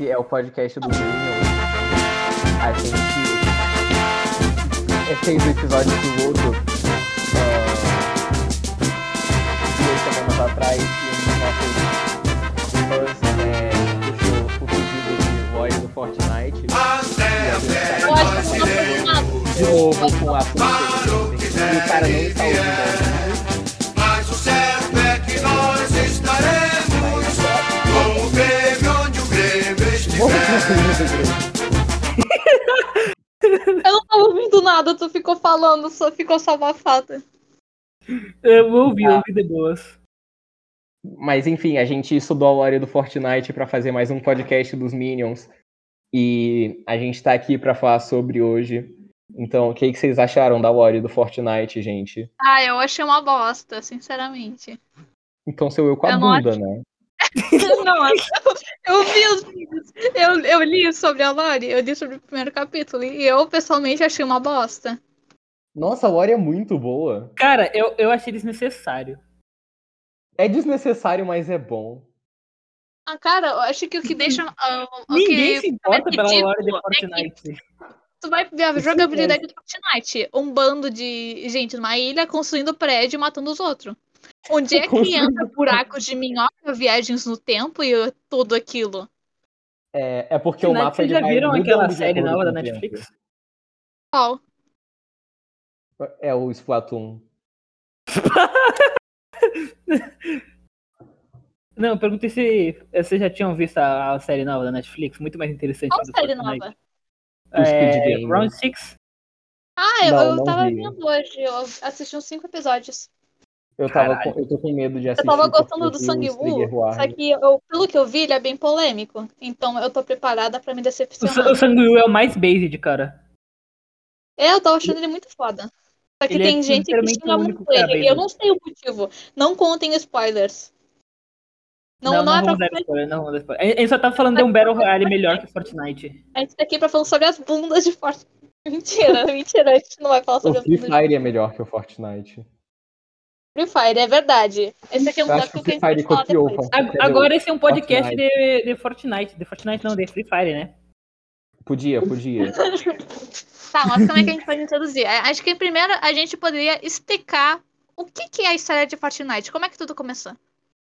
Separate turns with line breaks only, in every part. É. é o podcast do Grêmio. A gente é, fez o episódio piloto é, duas semanas atrás e um nossos fãs é, puxou o pedido de voz do Fortnite. E a gente tá aqui de novo com a polícia. E o cara não tá ouvindo. a gente.
Mas o certo é que nós estaremos com o Grêmio onde o Grêmio
Vamos
estiver.
pro pedido do Grêmio.
Eu não tava ouvindo nada, tu ficou falando, só ficou só uma fata.
Eu ouvi, eu ouvi de boas.
Mas enfim, a gente estudou a lore do Fortnite pra fazer mais um podcast dos Minions. E a gente tá aqui pra falar sobre hoje. Então, o que, que vocês acharam da lore do Fortnite, gente?
Ah, eu achei uma bosta, sinceramente.
Então, sou eu
É
com a
Eu não
bunda, né?
não, eu vi os vídeos, eu, eu li sobre a Lore, eu li sobre o primeiro capítulo, e eu pessoalmente achei uma bosta.
Nossa, a lore é muito boa.
Cara, eu, eu achei desnecessário.
É desnecessário, mas é bom.
Ah, cara, eu acho que o que deixa. ah, o
Ninguém
que
se importa pela
ridículo
lore de
é que-
Fortnite.
Tu vai ver a jogabilidade
né?
do Fortnite. Um bando de gente numa ilha construindo prédio e matando os outros. Onde é que
Construindo
entra buracos de minhoca, viagens no tempo e tudo aquilo?
É, é porque o
Fortnite,
mapa
Vocês
ele
já
vai
viram
mudando
aquela
de
série
acordo
nova da
com o tempo.
Netflix?
Qual?
É o Splatoon.
Não, eu perguntei se vocês já tinham visto a, a série nova da Netflix, muito mais interessante.
Qual
que a do
série
Fortnite.
nova?
O Squid
É,
Game.
Round 6.
Ah, eu,
Não,
eu
não
tava
vi.
vendo hoje. Eu assisti uns cinco episódios.
Eu, tava
Caralho.
com- eu tô com medo de
Eu
assistir.
tava
porque
gostando do
vi o
Sangue
Trigger
Wu, só
Warning.
que eu- pelo que eu vi, ele é bem polêmico. Então eu tô preparada pra me
O, Sa-
decepcionar.
o Sanguil é o mais based, cara.
É, eu tava achando ele muito foda. Só que
Ele é
tem gente que
literalmente
xinga
o
muito
único cara
ele.
dele.
Eu não sei o motivo. Não contem spoilers. Não, não, é pra
vamos dar
comentar.
spoiler, não vamos dar spoiler. A gente só tá falando de um Battle Royale melhor que Fortnite.
A gente tá aqui pra falar sobre as bundas de Fortnite. Mentira, mentira, a gente não vai falar sobre
O
as
Free
bundas de
Fire é melhor que o Fortnite.
Free Fire, é verdade. Esse aqui é um
Eu acho
tópico
que o Free
a gente
Fire
pode falar
copiou o
depois.
Ag-
Entendeu?
Agora esse é um podcast de, de Fortnite. De Fortnite não, de Free Fire, né?
Podia, podia.
Tá, mas como é que a gente pode introduzir? A- Acho que primeiro a gente poderia explicar o que, que é a história de Fortnite. Como é que tudo começou?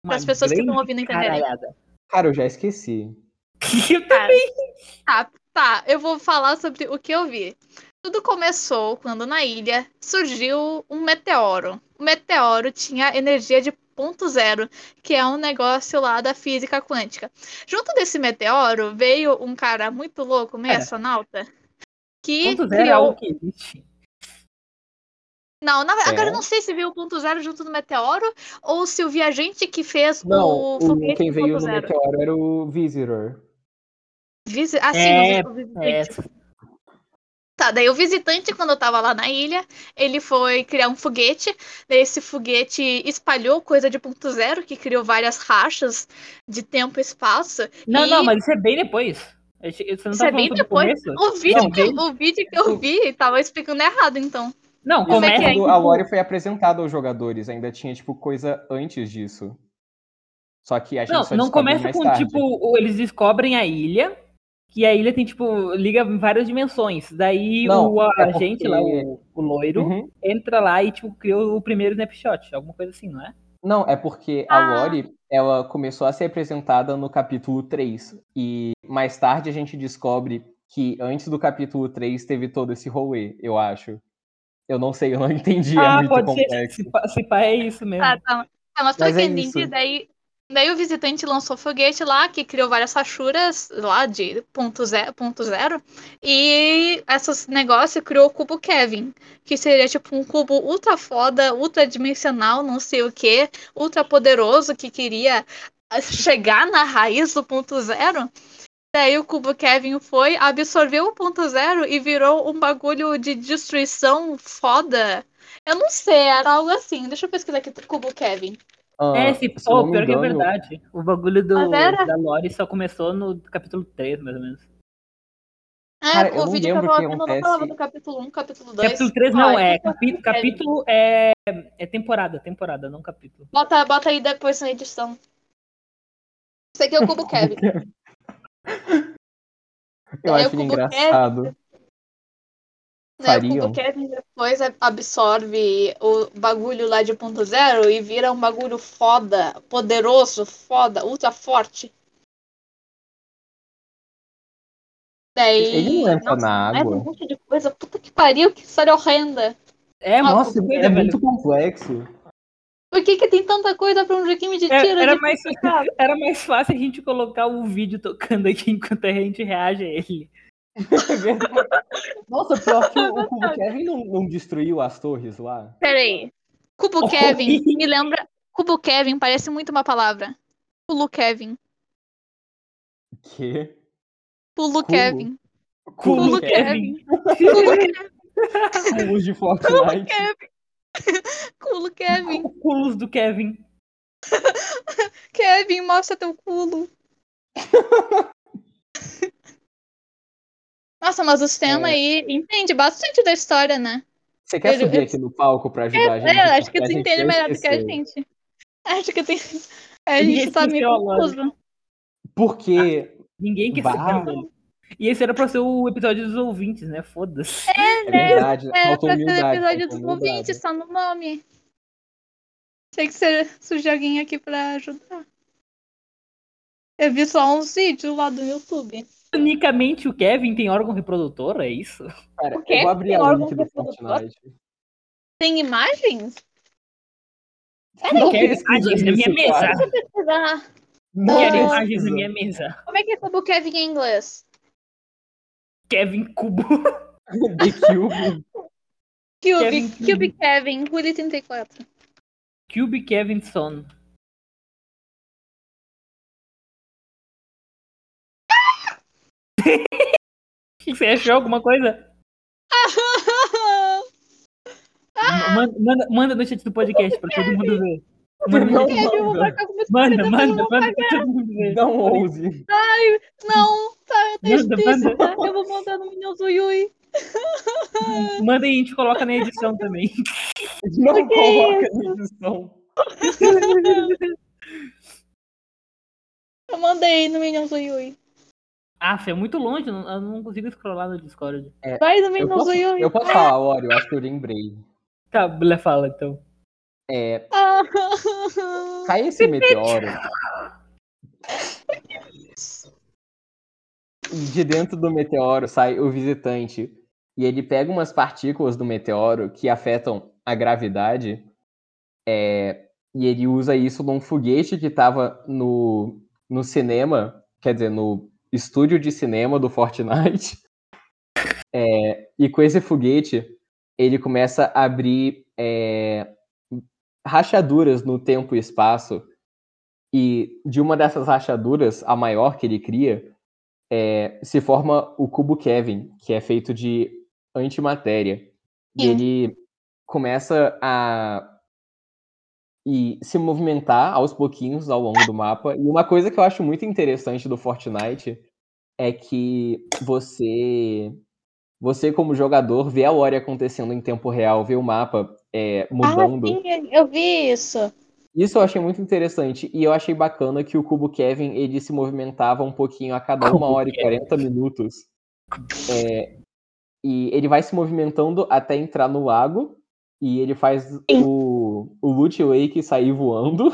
Para as pessoas que estão ouvindo entenderem.
Caralhada.
Cara, eu já esqueci.
Eu também.
Tá, tá, eu vou falar sobre o que eu vi. Tudo começou quando na ilha surgiu um meteoro. O meteoro tinha energia de ponto zero, que é um negócio lá da física quântica. Junto desse meteoro veio um cara muito louco, meio
Cara.
astronauta, que
Ponto zero é
criou
algo que existe.
Não, na... agora
É.
eu não sei se veio o ponto zero junto do meteoro ou se o viajante que fez
Não,
o
o-
foguete
quem
do
veio
ponto
no
zero.
meteoro era o Visitor.
Visi... Ah, sim,
É,
o o visitante.
É,
Tá, daí o visitante, quando eu tava lá na ilha, ele foi criar um foguete. Daí esse foguete espalhou coisa de ponto zero, que criou várias rachas de tempo e espaço.
Não,
E-
não, mas isso é bem depois. Você não
Isso
tá
é
falando
bem
sobre o
depois.
começo?
O vídeo,
Não,
que, eu-
bem-
o vídeo que eu vi tava explicando errado, então.
Não,
Como é que
começa.
é?
Quando Tipo, a Lore foi apresentada aos jogadores, ainda tinha, tipo, coisa antes disso. Só que a gente
Não,
só
não
descobriu
começa
mais
com,
tarde.
tipo, o- eles descobrem a ilha, que a ilha tem, tipo, liga em várias dimensões. Daí
Não,
o
é
agente
porque-
lá, o, o loiro,
Uhum.
entra lá e, tipo, cria o primeiro snapshot, alguma coisa assim, não é?
Não, é porque
Ah.
a Lore, ela começou a ser apresentada no capítulo 3. E mais tarde a gente descobre que antes do capítulo 3 teve todo esse rolê, eu acho. Eu não sei, eu não entendi, é
ah,
muito
pode ser.
complexo.
Se pá, se pá, é isso mesmo.
Tá, tá. Tá, mas pelo
Mas
que
é
eu entendi,
isso.
daí, daí o visitante lançou foguete lá, que criou várias rachuras lá de ponto zero, ponto zero e esses negócios criou o cubo Kevin, que seria tipo um cubo ultra foda, ultra dimensional, não sei o que, ultra poderoso, que queria ah, chegar na raiz do ponto zero. Daí o cubo Kevin foi, absorveu o ponto zero e virou um bagulho de destruição foda. Eu não sei, era algo assim. Deixa eu pesquisar aqui pro cubo Kevin.
Ah,
é, se,
eu não
pô,
me
pior que é
engano,
verdade. Ah, O bagulho do,
Mas era-
da Lore só começou no capítulo 3, mais ou menos.
É,
Cara, eu
o
não
vídeo que eu
lembro um o
tava
que
vendo não falava
acontece.
do capítulo 1, capítulo 2.
Capítulo 3 não, é.
então,
Capítulo,
tá
capítulo é, é temporada, temporada, não capítulo.
Bota, bota aí depois na edição. Esse aqui é o cubo Kevin.
Eu
Daí o
acho ele
cubo
engraçado.
Né, o
Fariam.
Cubo Kevin depois é, absorve o bagulho lá de ponto zero e vira um bagulho foda, poderoso, foda, ultra forte. Daí.
Ele não entra
É, nossa,
na
leva um
água.
monte de coisa. Puta que pariu, que história horrenda.
É,
Nossa,
nossa,
Nossa, é
coisa, velho.
muito complexo.
Por que, que tem tanta coisa pra um joguinho de
É,
tiro?
era,
de
mais,
cara?
era mais fácil a gente colocar o vídeo tocando aqui enquanto a gente reage a ele.
É verdade. Nossa, pior que o, o Cubo Kevin não, não destruiu as torres lá.
Peraí. Cubo
Oi.
Kevin me lembra. Cubo Kevin parece muito uma palavra. Pulo Kevin.
Que?
Pulo
Cubo?
Kevin.
Culo
Pulo
Kevin.
Kevin. Pulo Kevin.
Cubos de Fortnite.
Culo Kevin.
Culos do Kevin.
Kevin, mostra teu culo. Nossa, mas os temas
É.
aí entende bastante da história, né?
Você quer
Ele-
subir aqui no palco pra ajudar a gente?
É, acho
Porque
que tu
a gente
entende
já
melhor do que a
esqueceu.
gente. Acho que tu... a gente
Ninguém
tá meio
esqueceu, Alana.
confuso.
Porque.
Ninguém quer
Bah,
saber. E esse era pra ser o episódio dos ouvintes, né? Foda-se.
é verdade.
Ah, É,
faltou
pra ser o
humildade.
episódio
faltou
dos
humildade.
ouvintes, tá no nome. Tem que ser surgir alguém aqui pra ajudar. Eu vi só uns vídeos lá do YouTube.
Unicamente o Kevin tem órgão reprodutor, é isso?
Pera,
O quê?
eu vou abrir
Tem
a
órgão
link do
reprodutor?
Fortnite.
Tem imagens?
Não
quero imagens na minha
isso, é
mesa.
cara.
Ah,
Não
Não quero
precisa.
imagens na minha mesa.
como é que é Cubo Kevin em inglês?
Kevin Cubo.
The Cube.
Cube,
Kevin
Cube, Kevin, Willy 34.
Cube Kevin Son. Você achou alguma coisa? Ma- Manda, manda, manda no chat do podcast pra todo mundo ver. Manda no
Não,
chat.
Kevin, eu vou
manda.
marcar como se
Manda,
tá
fosse
manda,
todo mundo.
manda pra todo mundo ver.
Não ouse.
Não, tá, tá
Manda,
explícito. Eu vou mandar no Minions Yui.
Manda e a gente coloca na edição também.
Não coloca na edição.
Eu mandei no Minions Yui.
Aff, é muito longe, eu não, eu não consigo scrollar no Discord.
Vai no
Eu
Minions
posso,
Yui.
eu posso falar, olha, eu acho que eu lembrei.
Tá, Blé, fala então.
É,
Ah.
cai esse meteoro. De dentro do meteoro sai o visitante. E ele pega umas partículas do meteoro que afetam a gravidade. é, e ele usa isso num foguete que estava no, no cinema, quer dizer, no estúdio de cinema do Fortnite. É, e com esse foguete, ele começa a abrir é, rachaduras no tempo e espaço. E de uma dessas rachaduras, a maior que ele cria, é, se forma o cubo Kevin, que é feito de antimatéria. E
Sim.
ele começa a e se movimentar aos pouquinhos ao longo do mapa. E uma coisa que eu acho muito interessante do Fortnite é que você você como jogador vê a hora acontecendo em tempo real, vê o mapa é, mudando.
Ah, sim, eu vi isso.
Isso eu achei muito interessante e eu achei bacana que o Cubo Kevin ele se movimentava um pouquinho a cada uma
Cubo
hora e 40 minutos. É, e ele vai se movimentando até entrar no lago e ele faz o, o Lute Wake sair voando.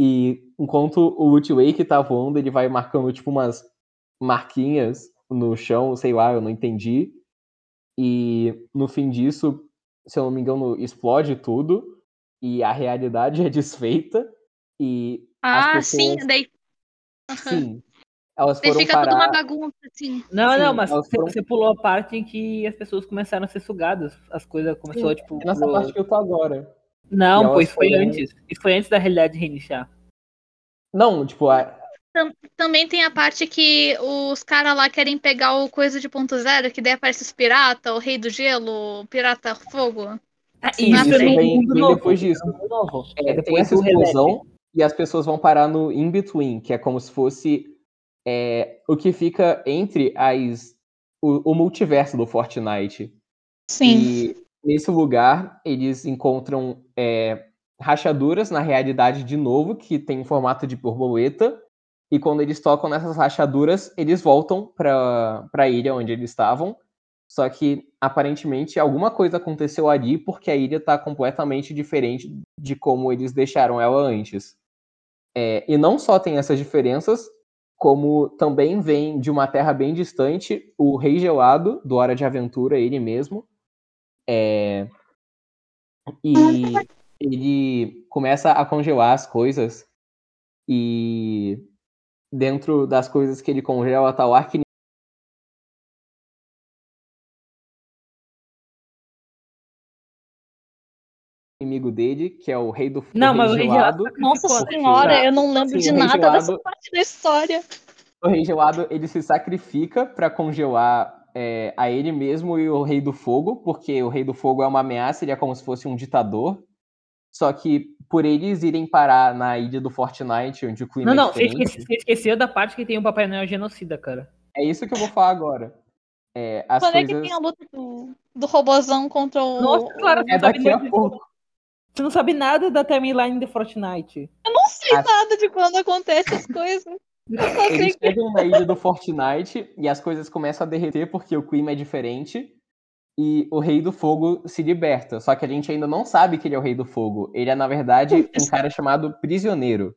E enquanto o Lute Wake tá voando, ele vai marcando tipo umas marquinhas no chão, sei lá, eu não entendi. E no fim disso, se eu não me engano, explode tudo e a realidade é desfeita e
Ah,
as
sim,
pessoas-
daí,
sim, elas
daí
foram
fica
parar.
tudo uma bagunça, assim.
Não,
Sim,
não, mas
elas
você,
foram-
você pulou a parte em que as pessoas começaram a ser sugadas. As coisas começou, tipo.
É Nessa
pro-
parte que eu tô agora. E
Não,
elas
pô, isso foi
foram-
antes. Isso foi antes da realidade reiniciar.
Não, tipo, a-
Também tem a parte que os caras lá querem pegar o coisa de ponto zero, que daí aparece os pirata, o rei do gelo, o pirata fogo.
Ah,
Sim,
isso
é um
vem-
mundo
vem
novo,
depois disso.
é um mundo novo.
é, tem
depois
essa
do Relé.
explosão e as pessoas vão parar no in-between, que é como se fosse é, o que fica entre as o- o multiverso do Fortnite. E nesse lugar, eles encontram é, rachaduras na realidade de novo, que tem um formato de borboleta, E quando eles tocam nessas rachaduras, eles voltam para a ilha onde eles estavam. Só que aparentemente alguma coisa aconteceu ali porque a ilha está completamente diferente de como eles deixaram ela antes. É, e não só tem essas diferenças, como também vem de uma terra bem distante o Rei Gelado, do Hora de Aventura, ele mesmo. É, e ele começa a congelar as coisas. E dentro das coisas que ele congela tá o Arquine inimigo dele, que é o rei do
Não,
o
mas o rei gelado.
Nossa
Porque- assim,
senhora, eu não lembro
Sim,
de
o Rei
nada
Gelado-
dessa parte da história.
O rei gelado ele se sacrifica para congelar é, a ele mesmo e o rei do fogo, porque o rei do fogo é uma ameaça, ele é como se fosse um ditador. Só que por eles irem parar na ilha do Fortnite, onde o clima
Não,
é
não, você
diferente,
esqueceu, você esqueceu da parte que tem o Papai Noel genocida, cara.
é isso que eu vou falar agora. É, as
Quando é que
coisas
tem a luta do, do robozão contra o.
Nossa, claro, você
é
não, sabe
daqui a
nada,
pouco.
você não sabe nada da timeline de Fortnite.
Eu não sei
Ah.
nada de quando acontecem as coisas. Eu só sei
Eles
que.
chegam na ilha do Fortnite e as coisas começam a derreter porque o clima é diferente. E o Rei do Fogo se liberta. Só que a gente ainda não sabe que ele é o Rei do Fogo. Ele é, na verdade, um cara chamado Prisioneiro.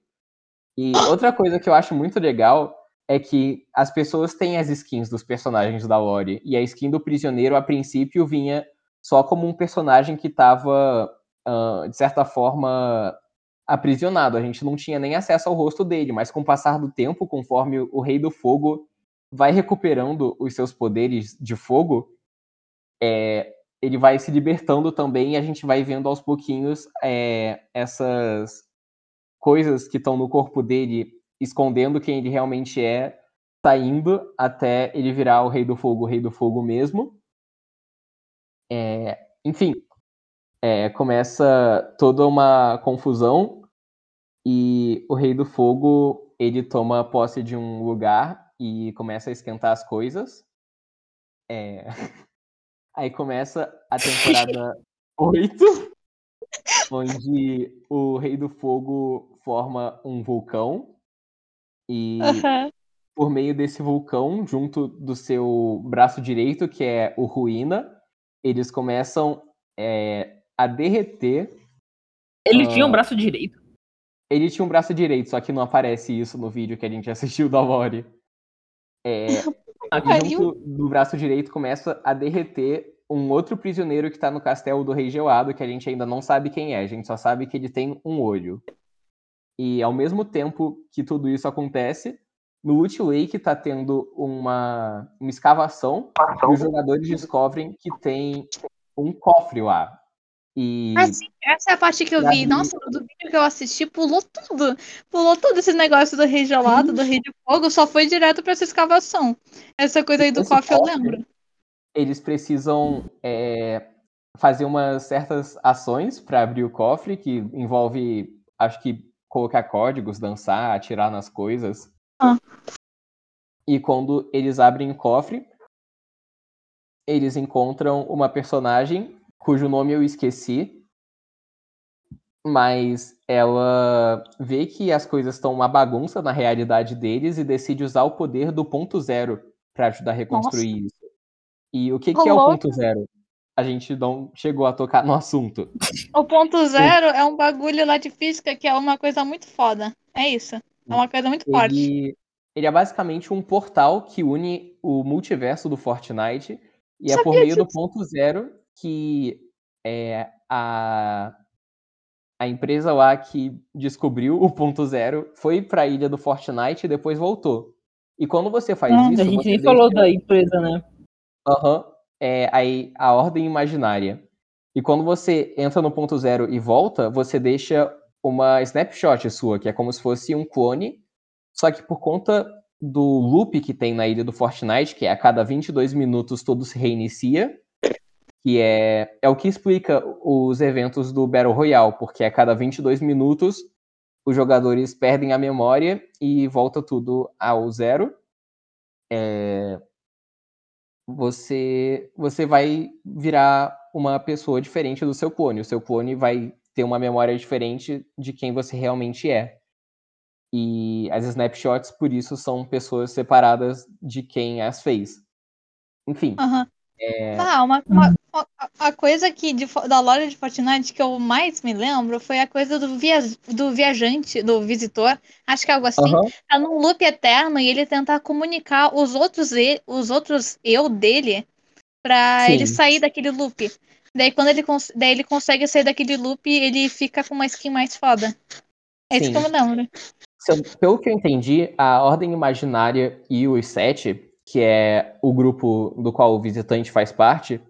E outra coisa que eu acho muito legal é que as pessoas têm as skins dos personagens da Lore. E a skin do Prisioneiro, a princípio, vinha só como um personagem que tava, ah, de certa forma, aprisionado. A gente não tinha nem acesso ao rosto dele, mas com o passar do tempo, conforme o Rei do Fogo vai recuperando os seus poderes de fogo, é, ele vai se libertando também e a gente vai vendo aos pouquinhos é, essas coisas que estão no corpo dele, escondendo quem ele realmente é, saindo até ele virar o Rei do Fogo, o Rei do Fogo mesmo. É, enfim, é, começa toda uma confusão e o Rei do Fogo ele toma posse de um lugar e começa a esquentar as coisas. É, Aí começa a temporada 8, onde o Rei do Fogo forma um vulcão e
Aham.
por meio desse vulcão, junto do seu braço direito, que é o Ruína, eles começam é, a derreter
Ele
Ah.
tinha um braço direito.
ele tinha um braço direito, só que não aparece isso no vídeo que a gente assistiu da Lore. É,
Ah,
e
Pariu.
junto do braço direito começa a derreter um outro prisioneiro que tá no castelo do Rei Gelado, que a gente ainda não sabe quem é, a gente só sabe que ele tem um olho. E ao mesmo tempo que tudo isso acontece, no Loot Lake tá tendo uma, uma escavação e os jogadores descobrem que tem um cofre lá. E
Assim, essa é a parte que eu vi.
Davi.
Nossa, do vídeo que eu assisti, pulou tudo. Pulou todo esse negócio do rei gelado, do rei de fogo, só foi direto pra essa escavação. Essa coisa aí do
Esse
cofre eu
cofre?
lembro.
eles precisam é, fazer umas certas ações para abrir o cofre, que envolve, acho que, colocar códigos, dançar, atirar nas coisas.
Ah.
E quando eles abrem o cofre, eles encontram uma personagem cujo nome eu esqueci. Mas ela vê que as coisas estão uma bagunça na realidade deles e decide usar o poder do ponto zero para ajudar a reconstruir isso. E o que, que é o
Rolou.
ponto zero? A gente não chegou a tocar no assunto.
O ponto zero é um bagulho lá de física que é uma coisa muito foda. É isso. É uma coisa muito forte.
Ele, ele é basicamente um portal que une o multiverso do Fortnite. E é por
Sabia
meio do
disso.
ponto zero que é, a, a empresa lá que descobriu o ponto zero foi para a ilha do Fortnite e depois voltou. E quando você faz
Ah,
isso.
a gente
você
nem falou
deixa-
da empresa, né?
Aham. É, aí a ordem imaginária. E quando você entra no ponto zero e volta, você deixa uma snapshot sua, que é como se fosse um clone. Só que por conta do loop que tem na ilha do Fortnite, que é a cada 22 minutos todo se reinicia, que é, é o que explica os eventos do Battle Royale, porque a cada 22 minutos os jogadores perdem a memória e volta tudo ao zero É, você você vai virar uma pessoa diferente do seu clone. O seu clone vai ter uma memória diferente de quem você realmente é. E as snapshots, por isso, são pessoas separadas de quem as fez. Enfim.
Aham.
é,
Ah, uma, uma- uma- a coisa que de fo- da loja de Fortnite que eu mais me lembro foi a coisa do, via, do viajante, do visitor, acho que é algo assim,
aham,
tá num loop eterno e ele tentar comunicar os outros, e- os outros eu dele pra
Sim.
ele sair daquele loop. Daí quando ele, cons- daí ele consegue sair daquele loop, ele fica com uma skin mais foda. É isso
Sim.
que eu me lembro.
se eu- Pelo que eu entendi, a Ordem Imaginária e os Sete, que é o grupo do qual o visitante faz parte,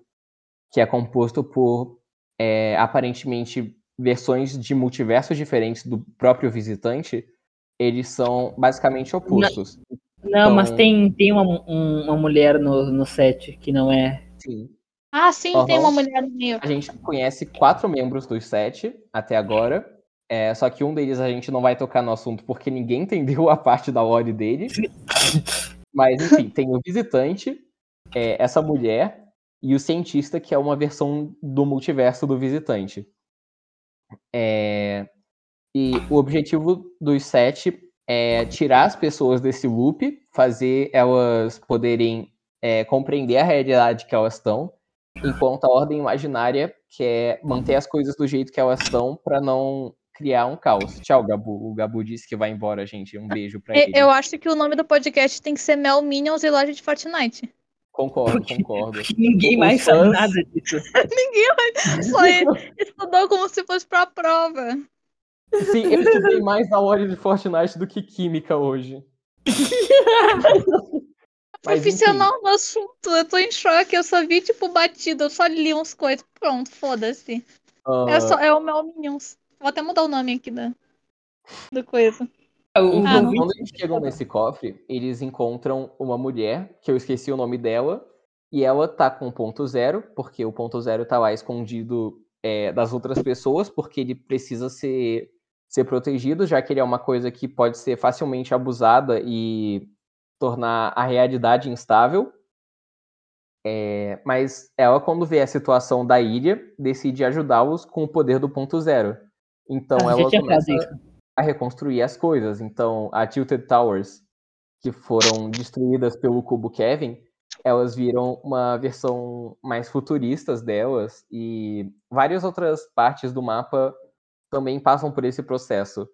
que é composto por é, aparentemente versões de multiversos diferentes do próprio visitante, eles são basicamente opostos.
Não, mas
Então-
tem, tem uma, um- uma mulher no, no set que não é.
Sim.
Ah, sim, tem
Aham.
uma mulher no meio.
A gente conhece quatro membros dos sete até agora. É, só que um deles a gente não vai tocar no assunto porque ninguém entendeu a parte da lore dele. Mas, enfim, tem o visitante, é, essa mulher e o cientista, que é uma versão do multiverso do visitante. É, e o objetivo dos sete é tirar as pessoas desse loop, fazer elas poderem é, compreender a realidade que elas estão enquanto a ordem imaginária quer manter as coisas do jeito que elas são pra não criar um caos. Tchau, Gabu. O Gabu disse que vai embora, gente. Um beijo pra
E-
ele.
É, Eu acho que o nome do podcast tem que ser Mel Minions e Loja de Fortnite.
Concordo, concordo.
Porque ninguém
Os
mais sabe
fãs-
nada disso.
Só ele estudou como se fosse pra prova.
Sim, eu estudei mais na hora de Fortnite do que química hoje. Mas, enfim,
Profissional no assunto, eu tô em choque, eu só vi, tipo, batido, eu só li uns coisas, pronto, foda-se.
ah,
É, só, é o Mel Minions. Vou até mudar o nome aqui da, do coisa.
O
Ah, não.
Quando eles chegam nesse cofre, eles encontram uma mulher, que eu esqueci o nome dela, e ela tá com o ponto zero, porque o ponto zero tá lá escondido é, das outras pessoas, porque ele precisa ser, ser protegido, já que ele é uma coisa que pode ser facilmente abusada e tornar a realidade instável. É, mas ela, quando vê a situação da ilha, decide ajudá-los com o poder do ponto zero. Então
Ah,
ela
já tinha
começa
falado isso.
a reconstruir as coisas. Então, a Tilted Towers, que foram destruídas pelo cubo Kevin, elas viram uma versão mais futuristas delas e várias outras partes do mapa também passam por esse processo.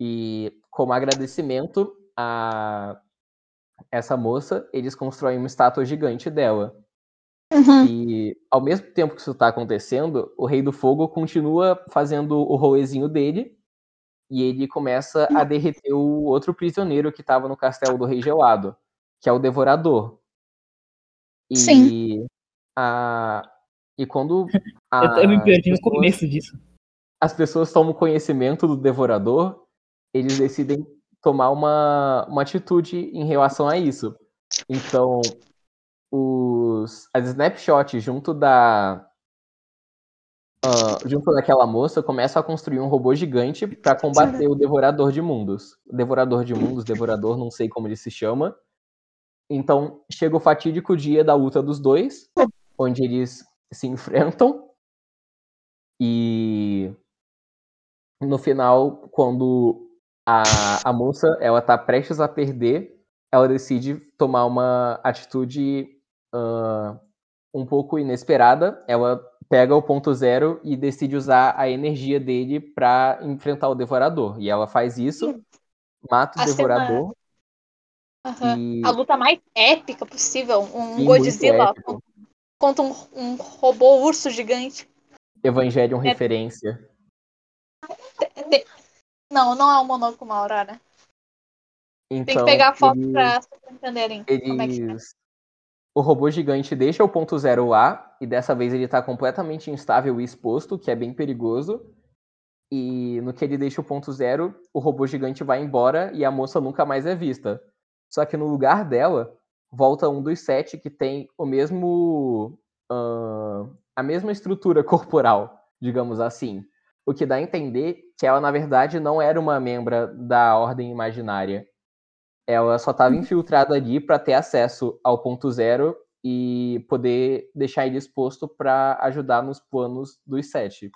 E como agradecimento a essa moça, eles constroem uma estátua gigante dela.
Uhum.
Uhum.
E ao mesmo tempo que isso tá acontecendo, o Rei do Fogo continua fazendo o rolezinho dele. E ele começa
Uhum.
a derreter o outro prisioneiro que tava no castelo do Rei Gelado, que é o Devorador. E
Sim.
A... E quando.
Eu, eu
Ah,
me
as
perdi no
tipo,
pessoas-
começo disso.
as pessoas tomam conhecimento do devorador, eles decidem tomar uma, uma atitude em relação a isso. Então, os, as snapshots junto da. ah, junto daquela moça começam a construir um robô gigante para combater o devorador de mundos. Devorador de mundos, devorador, não sei como ele se chama. Então, chega o fatídico dia da luta dos dois, onde eles se enfrentam. E no final, quando a, a moça ela tá prestes a perder, ela decide tomar uma atitude ah, um pouco inesperada. Ela pega o ponto zero e decide usar a energia dele para enfrentar o devorador. E ela faz isso, mata o
A cena-
devorador.
Aham.
E
A luta mais épica possível, um
Sim, muito é
Godzilla
épico.
contra um, um robô urso gigante.
Evangelion
É-
referência.
Não, não é um monóculo Aurora, né? Tem
Então,
que pegar a foto
ele-
pra vocês entenderem como é que é.
Eles. O robô gigante deixa o ponto zero lá, e dessa vez ele tá completamente instável e exposto, que é bem perigoso. E no que ele deixa o ponto zero, o robô gigante vai embora e a moça nunca mais é vista. Só que no lugar dela, volta um dos sete que tem o mesmo. ahn, a mesma estrutura corporal, digamos assim. O que dá a entender que ela, na verdade, não era uma membra da Ordem Imaginária. Ela só
Uhum.
estava infiltrada ali para ter acesso ao ponto zero e poder deixar ele exposto para ajudar nos planos dos sete.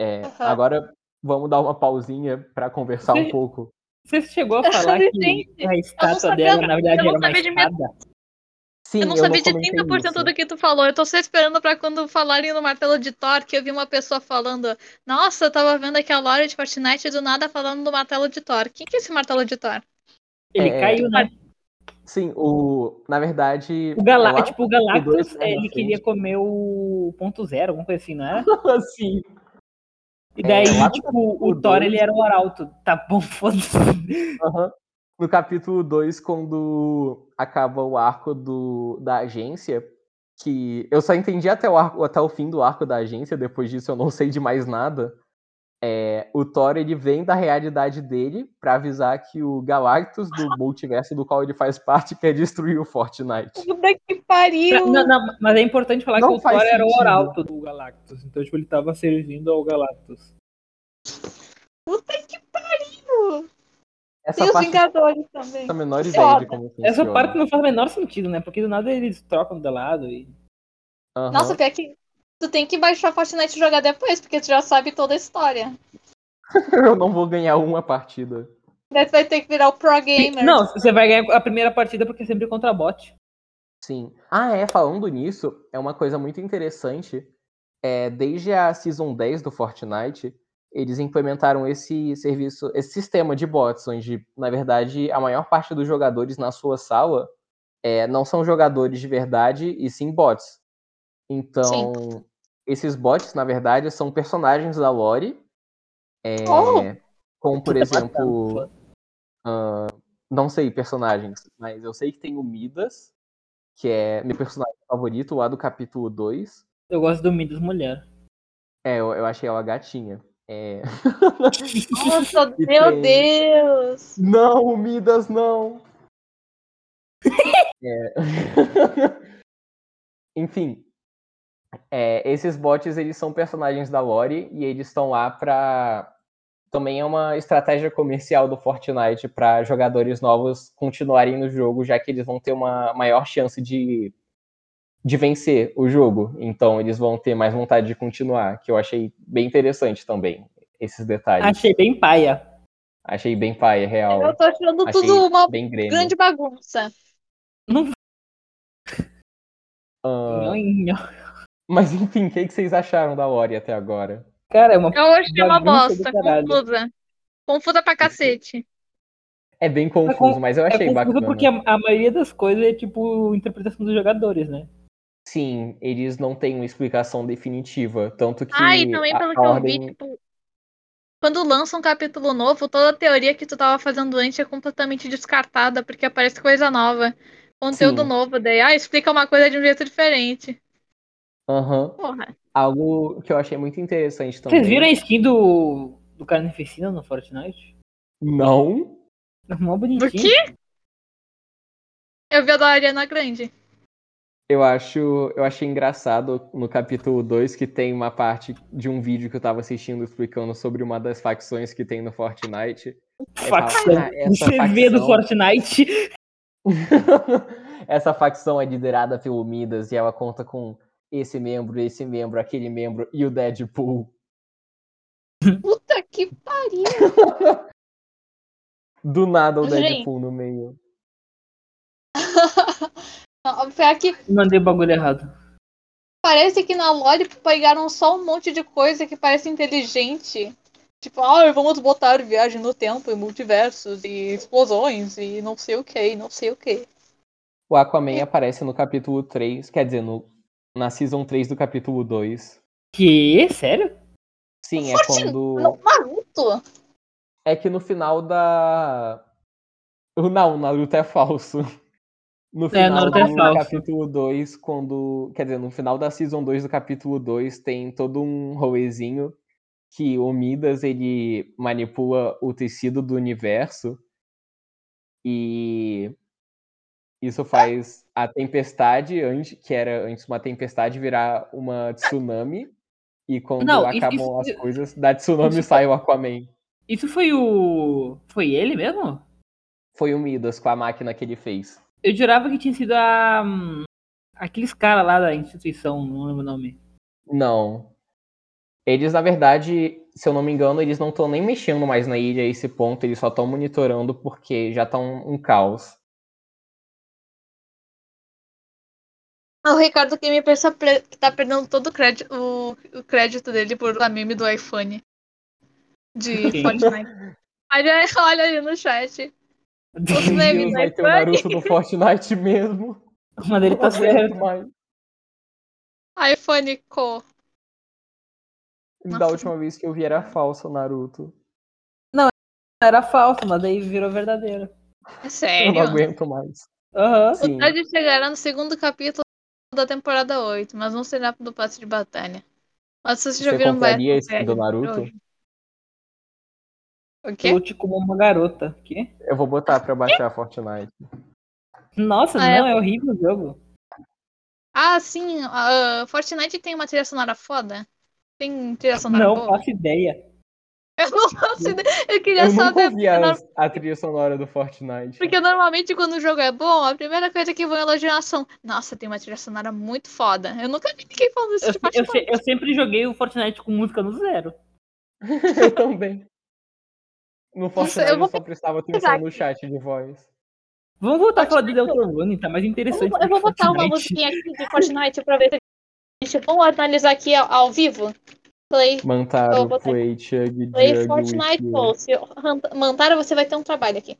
É,
Aham. Tá.
Agora vamos dar uma pausinha para conversar um
Sim.
pouco
Você chegou a
Eu
falar
falei,
que
gente,
a estátua
sabia-
dela, na verdade,
eu não
era uma
sabia de
espada?
Sim,
eu não sabia de
comentei
30%
isso.
do que tu falou. Eu tô só esperando pra quando falarem no martelo de Thor, que eu vi uma pessoa falando, nossa, eu tava vendo aqui a Lore de Fortnite e do nada falando do martelo de Thor. Quem que é esse martelo de Thor?
Ele
É,
caiu, né?
Sim, o... Na verdade...
O Galá,
lá-
tipo, o
o dois
Galactus,
saem na
ele
frente.
queria comer o ponto zero, alguma coisa assim, não era?
Sim.
E
É,
daí,
lá no
tipo, o
capítulo
Thor,
dois-
ele era o arauto. Tá bom, foda-se.
Aham. No capítulo 2, quando acaba o arco do, da agência, que eu só entendi até o, arco, até o fim do arco da agência, depois disso eu não sei de mais nada. É, o Thor ele vem da realidade dele pra avisar que o Galactus do multiverso do qual ele faz parte quer destruir o Fortnite.
Puta que
Pra-
pariu!
não, não, mas é importante falar
Não
que o Thor
faz
era o
sentido.
arauto do Galactus. Então, tipo, ele tava servindo ao Galactus.
Puta que pariu!
Essa
Tem os
parte
Vingadores também.
não a menor
Foda.
ideia de como funciona.
Essa parte não faz o menor sentido, né? Porque do nada eles trocam de lado e...
Aham.
Nossa, pior que tu tem que baixar Fortnite e jogar depois, porque tu já sabe toda a história.
eu não vou ganhar uma partida.
Daí tu vai ter que virar o pro gamer.
Não, você vai ganhar a primeira partida porque é sempre contra bot.
Sim. Ah, é, falando nisso, é uma coisa muito interessante. É, desde a Season 10 do Fortnite, eles implementaram esse serviço, esse sistema de bots, onde, na verdade, a maior parte dos jogadores na sua sala é, não são jogadores de verdade, e sim bots. Então, esses bots, na verdade, são personagens da lore, é,
Oh!
como, por
Tá
exemplo,
matando,
não sei personagens, mas eu sei que tem o Midas, que é meu personagem favorito lá do capítulo 2.
Eu gosto do Midas Mulher.
É, eu, eu achei ela gatinha. É...
Nossa,
E
meu
tem-
Deus!
Não, Midas, não! É. Enfim, é, esses bots, eles são personagens da lore e eles estão lá pra... Também é uma estratégia comercial do Fortnite pra jogadores novos continuarem no jogo, já que eles vão ter uma maior chance de, de vencer o jogo. Então, eles vão ter mais vontade de continuar, que eu achei bem interessante também, esses detalhes.
Achei bem paia.
Achei bem pai, é real.
Eu tô achando
Achei
tudo uma
bem grêmio.
grande bagunça.
Ah,
Nhonho.
mas enfim, o que, que vocês acharam da Ori até agora?
Cara, é uma...
Eu achei uma
Bagunça
bosta,
do caralho.
confusa. Confusa pra cacete.
É bem confuso,
con-
mas eu
É
achei
confuso
bacana.
porque a, a maioria das coisas é, tipo, interpretação dos jogadores, né?
Sim, eles não têm uma explicação definitiva. Tanto que.
Ah, e também
a-
pelo
a
que eu vi,
ordem...
tipo, quando lança um capítulo novo, toda a teoria que tu tava fazendo antes é completamente descartada, porque aparece coisa nova. Conteúdo
Sim.
novo, daí, ah, explica uma coisa de um jeito diferente.
Aham.
Porra.
Algo que eu achei muito interessante também.
Vocês viram a skin do, do Carnificina no Fortnite? É
Não?
Mó bonitinho.
Por quê? Eu vi a da Ariana Grande.
Eu acho, eu achei engraçado no capítulo 2 que tem uma parte de um vídeo que eu tava assistindo explicando sobre uma das facções que tem no Fortnite. Aí fala,
Facção.
"Ah, essa
Você vê do
facção-
Fortnite.
Essa facção é liderada pelo Midas e ela conta com esse membro, esse membro, aquele membro e o Deadpool.
Puta que pariu.
Do nada o
Gente.
Deadpool no meio.
Não, Pior que
Mandei o bagulho errado.
parece que na lore pegaram só um monte de coisa que parece inteligente. Tipo, ah, vamos botar viagem no tempo e multiversos e explosões e não sei o que, não sei o que.
O Aquaman aparece no capítulo 3, quer dizer, no, na season 3 do capítulo 2.
Que? Sério?
Sim, é
Fortnite, Não,
quando.
Naruto?
É que no final da. Não, o Naruto é falso. No final
Naruto é
do
falso.
capítulo 2, quando. Quer dizer, no final da Season 2 do capítulo 2, tem todo um rolezinho que o Midas ele manipula o tecido do universo e isso faz a tempestade, antes, que era antes uma tempestade, virar uma tsunami. E quando
Não, isso-
acabam
isso-
as coisas, da
tipo
tsunami sai o Aquaman.
Isso foi o... Foi ele mesmo?
Foi o Midas com a máquina que ele fez.
Eu jurava que tinha sido a... hum, Aqueles caras lá da instituição, não lembro o nome.
Não. Eles, na verdade, se eu não me engano, eles não estão nem mexendo mais na ilha a esse ponto, eles só estão monitorando porque já tá um, um caos.
O Ricardo que me pensa pre- que tá perdendo todo o crédito, o, o crédito dele por a meme do iPhone. De
Sim.
Fortnite. Olha, olha ali no chat. Os
Deus,
memes do
vai ter o
iPhone.
Naruto do Fortnite mesmo.
Mano, ele tá
Não aguento
certo.
mais.
iPhone Co.
Da
Nossa.
última vez que eu vi era falso o Naruto.
Era falso, mas daí virou verdadeiro.
É
Eu não
sério.
aguento mais.
Aham.
Sim.
Vontade de chegar no segundo capítulo da temporada 8, mas não será do passe de batalha. Mas vocês já
Você
viram
compraria
Batman,
esse
velho?
do Naruto?
O quê?
Lute como uma garota. Que?
Eu vou botar pra baixar Fortnite.
Nossa,
Ah, é.
não, é horrível o jogo.
Ah, sim. ah, Fortnite tem uma trilha sonora foda? Tem trilha sonora
Não
boa?
faço ideia.
Eu não faço ideia. Eu queria
Eu
só
nunca
ver.
ouvi a, a trilha sonora do Fortnite.
Porque normalmente quando o jogo é bom, a primeira coisa que vão elogiar são Nossa, tem uma trilha sonora muito foda. Eu nunca vi ninguém falando isso
Eu,
de
eu
Fortnite.
se- eu sempre joguei o Fortnite com música no zero.
Eu também. No Fortnite
eu
eu,
vou
só prestava
pesquisar
atenção no chat de voz.
Vamos voltar a falar do
Fortnite.
Delta Rune, tá mais interessante.
Eu vou
do que
botar uma
Fortnite.
musiquinha aqui de Fortnite pra ver se a gente. Vamos analisar aqui ao, ao vivo? Play, Então, Eu
Mantaro,
vou botar-
Quay, Chug,
play
Jug,
Fortnite
Wiki.
Pulse. Mantara, você vai ter um trabalho aqui.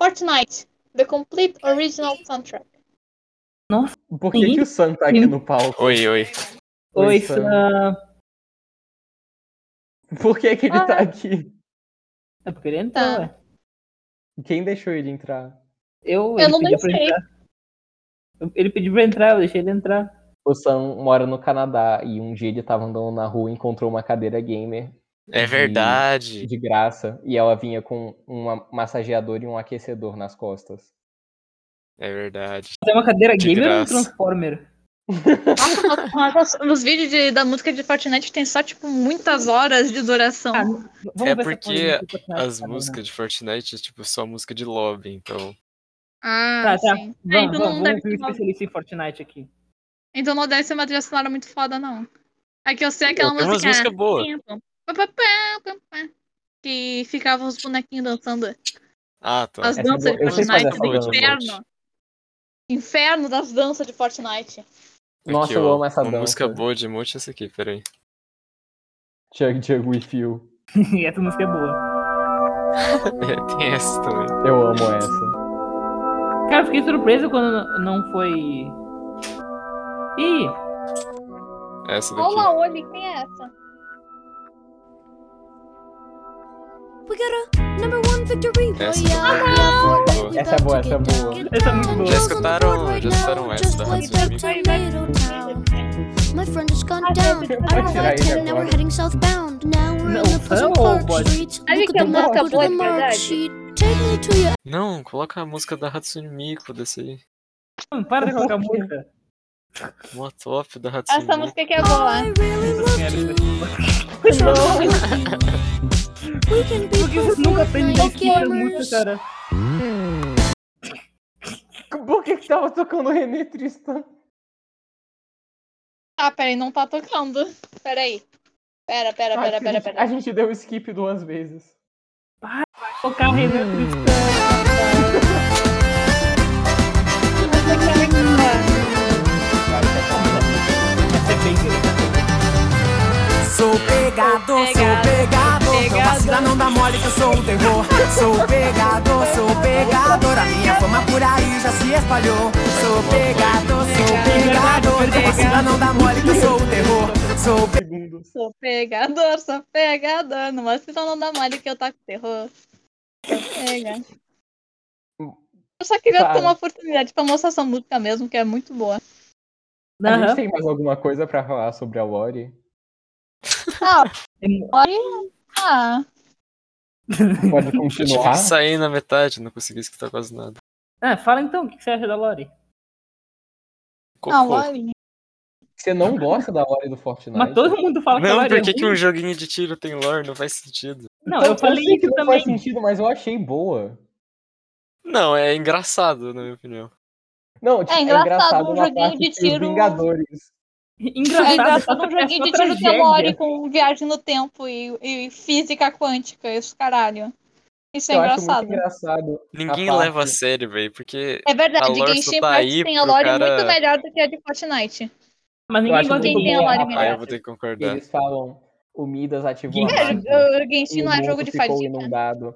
Fortnite, The Complete Original Soundtrack.
Por que, que o Sam tá aqui no palco?
Oi, oi.
Oi,
Oi,
Sam.
Por que, que ele tá
Ah.
aqui?
É porque ele entrou,
Tá.
ué.
Quem deixou ele entrar?
Eu,
Eu
ele
não
pediu pra
deixei.
entrar. Eu- Ele pediu pra entrar, eu deixei ele entrar.
O Sam mora no Canadá e um dia ele tava andando na rua e encontrou uma cadeira gamer
É verdade.
de graça e ela vinha com um massageador e um aquecedor nas costas.
É verdade.
Você é uma cadeira
De
gamer ou um
graça.
Transformer?
Nossa, mas os- os vídeos de- da música de Fortnite tem só, tipo, muitas horas de duração.
Ah,
É
ver essa
porque
polêmica do Fortnite,
As
tá bom, né?
músicas de Fortnite é tipo só música de lobby, então.
Ah,
Tá, tá.
sim.
Vamos,
Ah, então
vamos,
não
vamos
deve
ouvir o
ser uma-
especialista em Fortnite aqui.
Então não deve ser uma trilha sonora muito foda, não. É que eu sei
Tem
aquela
umas
música.
músicas boas.
Pá, pá, pá, pá, pá. Que ficavam os bonequinhos dançando.
Ah, tá.
As
Essa é
danças
boa.
de
Eu sei fazer
Fortnite.
essa dança.
Inferno. Inferno das danças de Fortnite.
Nossa, eu
ó,
amo essa
uma
dança.
música boa de monte é essa aqui, peraí.
Chug Chug with you.
Essa música é boa.
É, tem essa também.
Eu amo essa.
Cara, eu fiquei surpreso quando n- não foi. Ih,
Essa daqui.
Olá, Oli, quem é essa?
We got a number one victory
Essa
royale.
também.
Essa é boa, essa é boa.
essa é muito boa.
Já escutaram, já escutaram essa da
Just
Hatsune Miku?
like Potato Town. My friend has gone down. I
Vai
don't
tirar
like
ele
it, now we're
agora.
heading southbound. Now we're
Não,
in the Pleasant
não,
Park
pode.
streets.
Aí
Look
que
at the
é
map,
música
go to
boa
the
de
mark
verdade.
sheet. Take me to your
Não, coloca a música da Hatsune Miku desse aí.
mano, para de colocar música.
Uma top da Hatsune
Essa
Miku.
música aqui é boa.
Oh, I really
Nossa
love
senhora,
you.
isso
We can be
aqui- Porque vocês nunca aprendem a escutar música,
gamers.
cara.
Por que, que tava tocando o René Tristan?
Ah, peraí, não tá tocando. Peraí. Pera, pera,
Acho
pera,
que a
pera,
gente- A
pera.
gente deu skip duas vezes.
Colocar o Renan Cristão. Essa é bem interessante.
Sou pegador, sou pegador. Não vacila, não dá mole que eu sou um terror. Sou pegador, sou pegador. A minha fama por aí já se espalhou. Sou pegador, sou pegador. Não vacila, não dá mole que eu sou um terror. Sou
Segundos.
Sou pegador, sou pegador. Não vacila não dá mole que eu taco terror. Sou pega. Eu só queria
Cara.
ter uma oportunidade pra mostrar essa música mesmo, que é muito boa.
A
Aham.
gente tem mais alguma coisa pra falar sobre a Lori?
Ah, olha. Ah,
Pode continuar?
Tipo, Saí na metade, não consegui escutar quase nada.
Ah, fala então, o que que você acha da Lori?
não,
Cocô.
olha.
Você não gosta da Lori do Fortnite?
Mas todo mundo fala que a
Não,
Lori
por
é
que, que um
ruim.
jogo de tiro tem lore? Não faz sentido.
Não,
Então,
eu falei
sei que
isso
não faz
também.
sentido, mas eu achei boa.
Não, é engraçado, na minha opinião.
Não, tipo, é
engraçado
engraçado,
um
na
joguinho
parte
de
que os
tiro-
Vingadores
Engraçado,
É engraçado um
é
joguinho
só
de tiro
tragédia.
teórico, com viagem no tempo e, e física quântica, isso caralho. Isso é
eu acho
engraçado.
muito engraçado.
Ninguém
A parte-
leva a sério, velho, porque
É
A
verdade,
lore
Genshin
só tá
Impact
aí
tem a
pro
lore
cara-
muito melhor do que a de Fortnite.
Mas
Eu
ninguém
acho muito
gosta
Quem tem a
boa
lore
parte
melhor?
ah, eu vou ter que
que
concordar.
eles falam, o Midas ativou a
É,
máquina,
O, o Genshin
e
não é
o
jogo
mundo
de
ficou
fadiga.
inundado.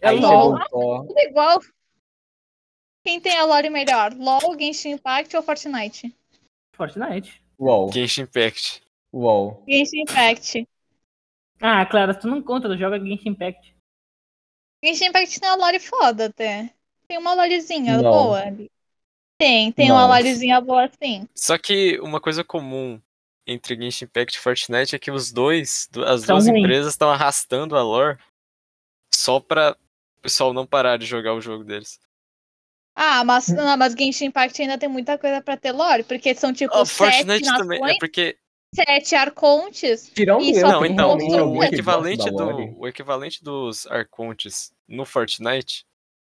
É
Aí
LOL.
chegou o Thor.
Tudo igual. Quem tem a lore melhor? LOL, Genshin Impact ou Fortnite?
Fortnite.
Uou,
Genshin Impact.
uou.
Genshin Impact.
Ah, Clara, tu não conta, tu joga Genshin Impact.
Genshin Impact tem uma lore foda até. Tem uma lorezinha
Não.
boa ali. Tem, tem uma
Não.
lorezinha boa sim.
Só que uma coisa comum entre Genshin Impact e Fortnite é que os dois, du- as
São
duas
ruins.
empresas estão arrastando a lore só pra o pessoal não parar de jogar o jogo deles.
Ah, mas, não, mas Genshin Impact ainda tem muita coisa pra ter lore, porque são tipo
Ah,
sete
Fortnite
nações,
também, é porque...
sete arcontes.
Tirando
Isso,
eu,
Não,
Não,
tem
então,
realmente alguém
o, o
que
equivalente
gosta da lore?
do, o equivalente dos Arcontes no Fortnite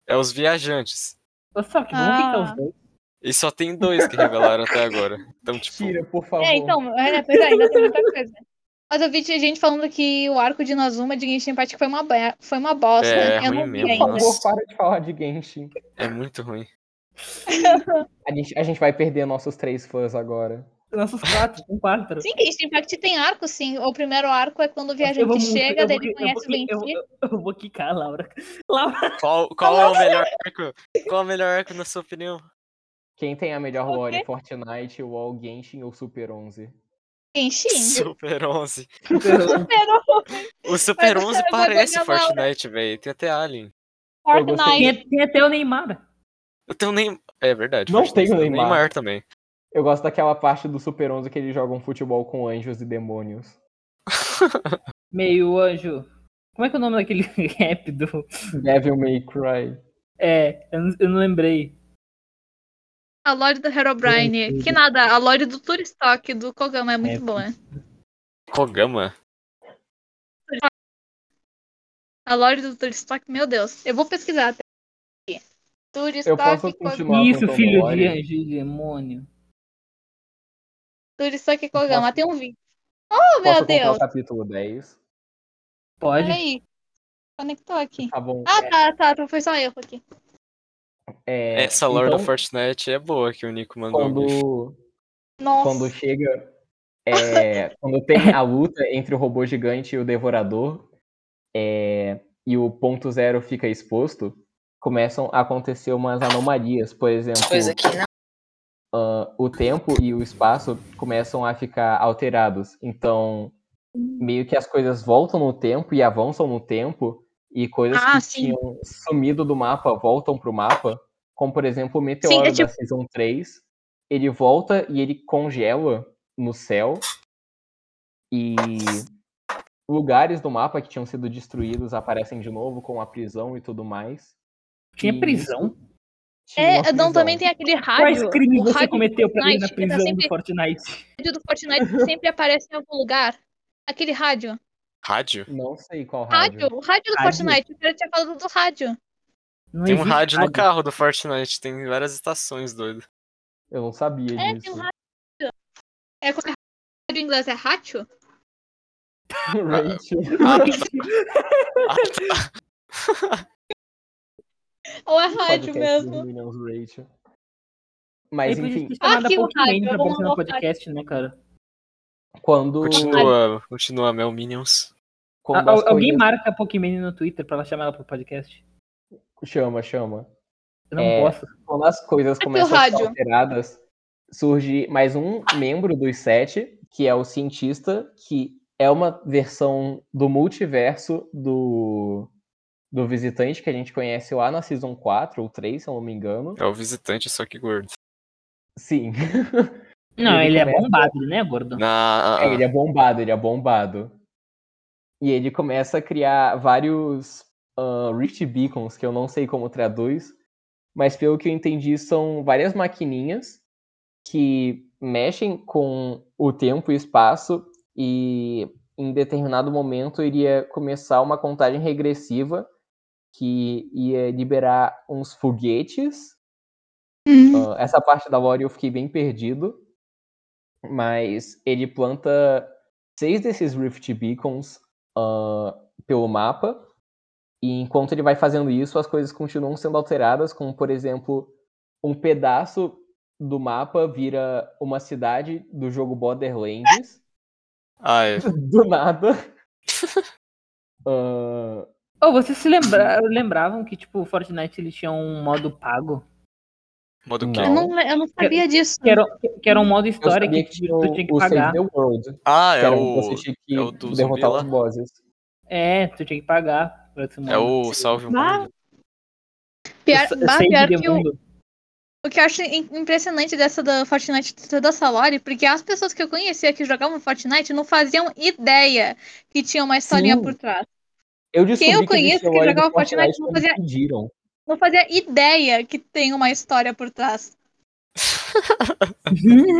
é os Viajantes.
Olha só, que bom
Ah.
que tá os dois.
E só tem dois que revelaram até agora. Então, tipo,
Tira, por favor.
É, então, é, né, pois é, ainda tem muita coisa. Mas eu vi tinha gente falando que o arco de Nazuma de Genshin Impact foi uma, be- foi uma bosta.
É,
eu
ruim
não vi
mesmo,
ainda.
Por favor,
nossa.
para de falar de Genshin.
é muito ruim.
A gente, a gente vai perder nossos três fãs agora.
Nossos quatro, com quatro.
Sim, Genshin Impact tem arco, sim. O primeiro arco é quando o
Eu vou
viajante
muito-
chega,
eu
daí
vou-
ele
eu
conhece
vou-
o Genshin.
eu, eu, eu vou quicar, Laura. Laura,
Qual, qual é o melhor arco? Qual é o melhor arco, na sua opinião?
Quem tem a melhor
Ok.
lore? Fortnite, WoW, Genshin ou Super 11?
Genshin.
Super 11.
Então Superou
O Super
eu vou
11 parece
jogar Valorant.
Fortnite, velho. Tem até Alien.
Fortnite.
é
tem, tem até o Neymar.
Eu tenho nem. É verdade.
Não
Fortnite,
tem o Neymar.
Neymar também.
Eu gosto daquela parte do Super 11 que ele joga um futebol com anjos e demônios.
Meio anjo. Como é que é o nome daquele rap do.
Devil May Cry.
É, eu não, eu não lembrei.
A lore do Herobrine. Que nada, a lore do Turistock do Kogama é muito boa.
Kogama.
A lore do Turistock, meu Deus. Eu vou pesquisar até aqui.
Eu posso
Turistock, Kogama.
continuar
Isso,
contando
filho
lore?
de anjo e demônio.
Turistock e
posso-
Kogama. Tem um vídeo. Oh,
Posso
meu
contar
Deus.
o capítulo 10?
Pode.
Peraí. Conectou aqui.
Tá bom.
Ah, tá, tá, tá. Foi só erro aqui.
É,
Essa lore
então,
do Fortnite é boa que o Nico mandou. o GIF.
quando,
Nossa.
quando chega... é, quando tem a luta entre o robô gigante e o devorador, é, e o ponto zero fica exposto, começam a acontecer umas anomalias. Por exemplo,
Coisa que não.
ah, o tempo e o espaço começam a ficar alterados. Então, meio que as coisas voltam no tempo e avançam no tempo, e coisas
Ah,
que
sim.
tinham sumido do mapa voltam pro mapa, como por exemplo o meteoro
Sim, é tipo-
da Season 3. Ele volta e ele congela no céu, e lugares do mapa que tinham sido destruídos aparecem de novo, com a prisão e tudo mais.
Tinha
E
prisão.
tinha uma
É, não,
prisão.
também tem aquele
Quais
rádio.
crimes
o
você
rádio
cometeu
do
pra ir na
Fortnite, ele tá
prisão do
sempre-
Fortnite?
O rádio do Fortnite sempre aparece em algum lugar. Aquele rádio.
Rádio?
Não sei qual rádio.
Rádio? O rádio do
Rádio.
Fortnite. O cara tinha falado do rádio.
Não
Tem um
existe
rádio no carro do Fortnite, tem várias estações, doido.
Eu não sabia
É, tem
disso.
um rádio. É como é rádio em inglês, é rádio?
Rachel.
Ah, tá.
Ou é
Podcast
rádio
do
mesmo?
Minions Rachel. Mas
Aí podia
enfim,
ter chamado
Ah, que
a Pokémon
rádio,
pra
eu vou
aparecer no
anotar.
podcast, né, cara?
quando,
Continua, continua, Mel Minions.
quando
Ah,
as
al- alguém
coisas-
marca a Pokémon no Twitter pra ela chamar ela pro podcast?
chama, chama.
Eu não
É.
posso.
Quando as coisas
Aqui o
começam a ser
rádio.
alteradas, surge mais um membro dos sete, que é o cientista, que é uma versão do multiverso do, do visitante que a gente conhece lá na Season 4 ou 3, se eu não me engano.
É o visitante, só que gordo.
Sim.
Não,
ele
ele, é
começa-
bombado, né, gordo?
Na,
É, ele é bombado, ele é bombado. E ele começa a criar vários ah, Rift Beacons, que eu não sei como traduz, mas pelo que eu entendi, são várias maquininhas que mexem com o tempo e espaço, e em determinado momento iria começar uma contagem regressiva que ia liberar uns foguetes. Ah, essa parte da lore eu fiquei bem perdido. Mas ele planta seis desses Rift Beacons ah, pelo mapa. E enquanto ele vai fazendo isso, as coisas continuam sendo alteradas, como por exemplo, um pedaço do mapa vira uma cidade do jogo Borderlands,
Ah, é.
do nada. Ah,
Ô, vocês se lembra- lembravam que, tipo, o Fortnite ele tinha um modo pago?
Modo
Não.
quê?
Eu não, eu não sabia disso.
Que era, que era um modo
eu
história
sabia
que,
que
tipo,
tinha
tu tinha que
o, o Save
pagar.
the World, que
Ah, é
era um que você
o.
tinha que
é o do zumbi
derrotar
lá?
os bosses.
É, tu tinha que pagar pra esse modo.
É o Salve o
Ah,
Mundo.
Pior,
Sa-
bah,
Save
pior
the
que o,
Mundo.
o que eu acho im- impressionante dessa da Fortnite da Salori, porque as pessoas que eu conhecia que jogavam Fortnite não faziam ideia que tinha uma historinha
Sim.
por trás.
Eu descobri
eu
que
conheço
existia
que
Warrior
jogava
do Fortnite
Fortnite não
quando
fazia-
pediram.
Não fazia ideia que tem uma história por trás.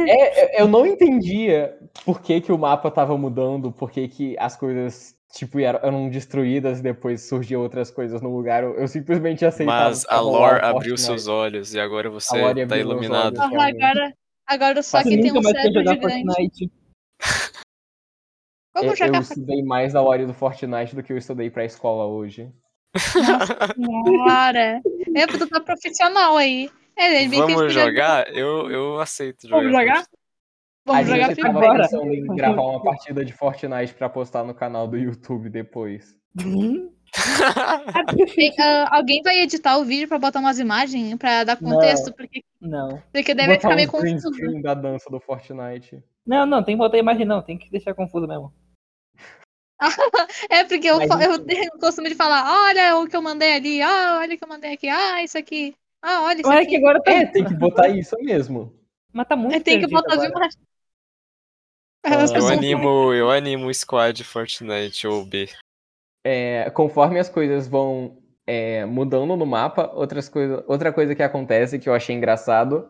É, eu eu não entendia por que, que o mapa tava mudando, por que, que as coisas tipo, eram, eram destruídas e depois surgiam outras coisas no lugar. Eu, eu simplesmente aceitava.
Mas a lore abriu seus olhos e agora você
lore abriu
tá
meus
iluminado.
olhos.
Porra, agora, agora só
Você
que tem
nunca
um
mais quer
cérebro
jogar
gigante.
Fortnite.
Eu,
Como
É,
eu
jogar Fortnite?
estudei mais a lore do Fortnite do que eu estudei pra escola hoje.
Cara, é porque tu tá profissional aí. É, ele bem que
Vamos
ele já-
jogar? Eu, eu aceito jogar.
Vamos jogar?
Vamos
a
jogar
tá
gente
FIFA.
tava
agora.
pensando em gravar uma partida de Fortnite pra postar no canal do YouTube depois.
Tem, ah, alguém vai editar o vídeo pra botar umas imagens pra dar contexto, porque,
Não.
porque deve
Botar
ficar meio
uns green
confuso.
screen da dança do Fortnite.
Não, não, tem que botar a imagem não, tem que deixar confuso mesmo.
É, porque eu,
Mas
fa- eu tenho o costume de falar, olha o que eu mandei ali, ah, olha o que eu mandei aqui, ah, isso aqui, ah, olha isso
Olha
aqui.
que agora tá.
É, tem que botar isso mesmo.
Mas tá muito
É, tem que
perdido
botar as
agora.
imagens.
Ah,
As
Eu
pessoas-
animo, eu animo o squad Fortnite ou B.
É, conforme as coisas vão é, mudando no mapa, outras coisa, outra coisa que acontece que eu achei engraçado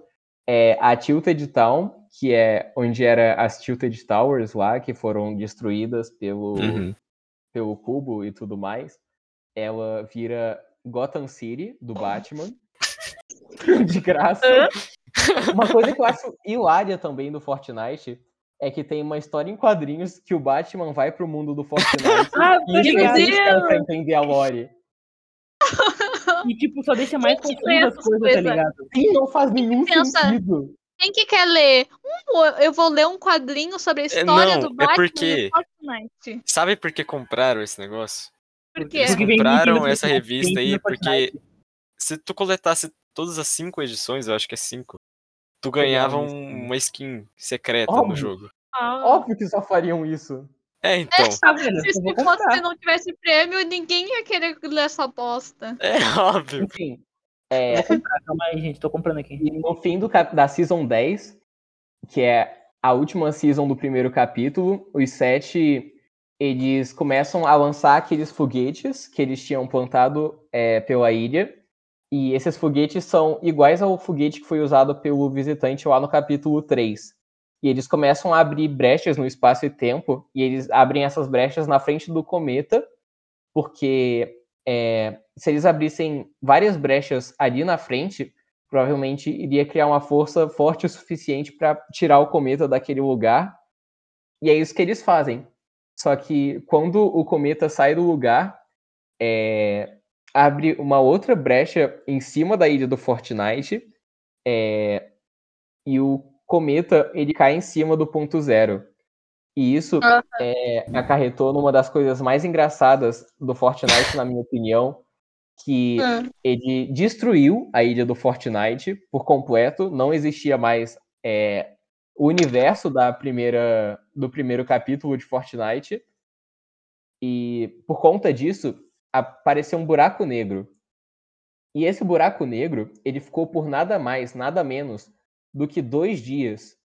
é a Tilted Town, que é onde era as Tilted Towers lá, que foram destruídas pelo,
Uhum.
pelo cubo e tudo mais. Ela vira Gotham City, do Batman. De graça. Uma coisa que eu acho hilária também do Fortnite é que tem uma história em quadrinhos que o Batman vai pro mundo do Fortnite
Ah, tá
e isso não
ligado.
existe cara pra entender a lore.
E tipo, só deixa mais
Gente,
confuso as
essas
coisas, tá
coisas.
ligado?
Sim, não faz nenhum
pensa-
sentido.
Quem que quer ler? Hum, eu vou ler um quadrinho sobre a história
não,
do
é
Batman
porque-
e do Fortnite.
Sabe por que compraram esse negócio?
Por quê?
Eles
Porque vem tá
compraram
mentira,
essa
vem
revista aí
mentira,
porque se tu coletasse todas as cinco edições, eu acho que é cinco, tu ganhava
Ganhava uma
um-
skin.
uma skin secreta no
Óbvio.
jogo.
Ah.
Óbvio que só fariam isso.
É, então.
Ah, velho,
Se,
eu vou
se
comprar.
fosse, não tivesse prêmio, ninguém ia querer ler essa bosta.
É óbvio.
Enfim, é,
Ah, calma aí, gente, tô comprando aqui.
E no fim do cap- da Season 10, que é a última season do primeiro capítulo, os sete eles começam a lançar aqueles foguetes que eles tinham plantado é, pela ilha. E esses foguetes são iguais ao foguete que foi usado pelo visitante lá no capítulo 3. E eles começam a abrir brechas no espaço e tempo, e eles abrem essas brechas na frente do cometa, porque é, se eles abrissem várias brechas ali na frente, provavelmente iria criar uma força forte o suficiente para tirar o cometa daquele lugar. E é isso que eles fazem. Só que quando o cometa sai do lugar, é, abre uma outra brecha em cima da ilha do Fortnite. é, e o cometa ele cai em cima do ponto zero. E isso
Aham.
é, acarretou numa das coisas mais engraçadas do Fortnite, na minha opinião, que
Ah.
ele destruiu a ilha do Fortnite por completo. Não existia mais é, o universo da primeira, do primeiro capítulo de Fortnite. E por conta disso, apareceu um buraco negro. E esse buraco negro, ele ficou por nada mais, nada menos do que dois dias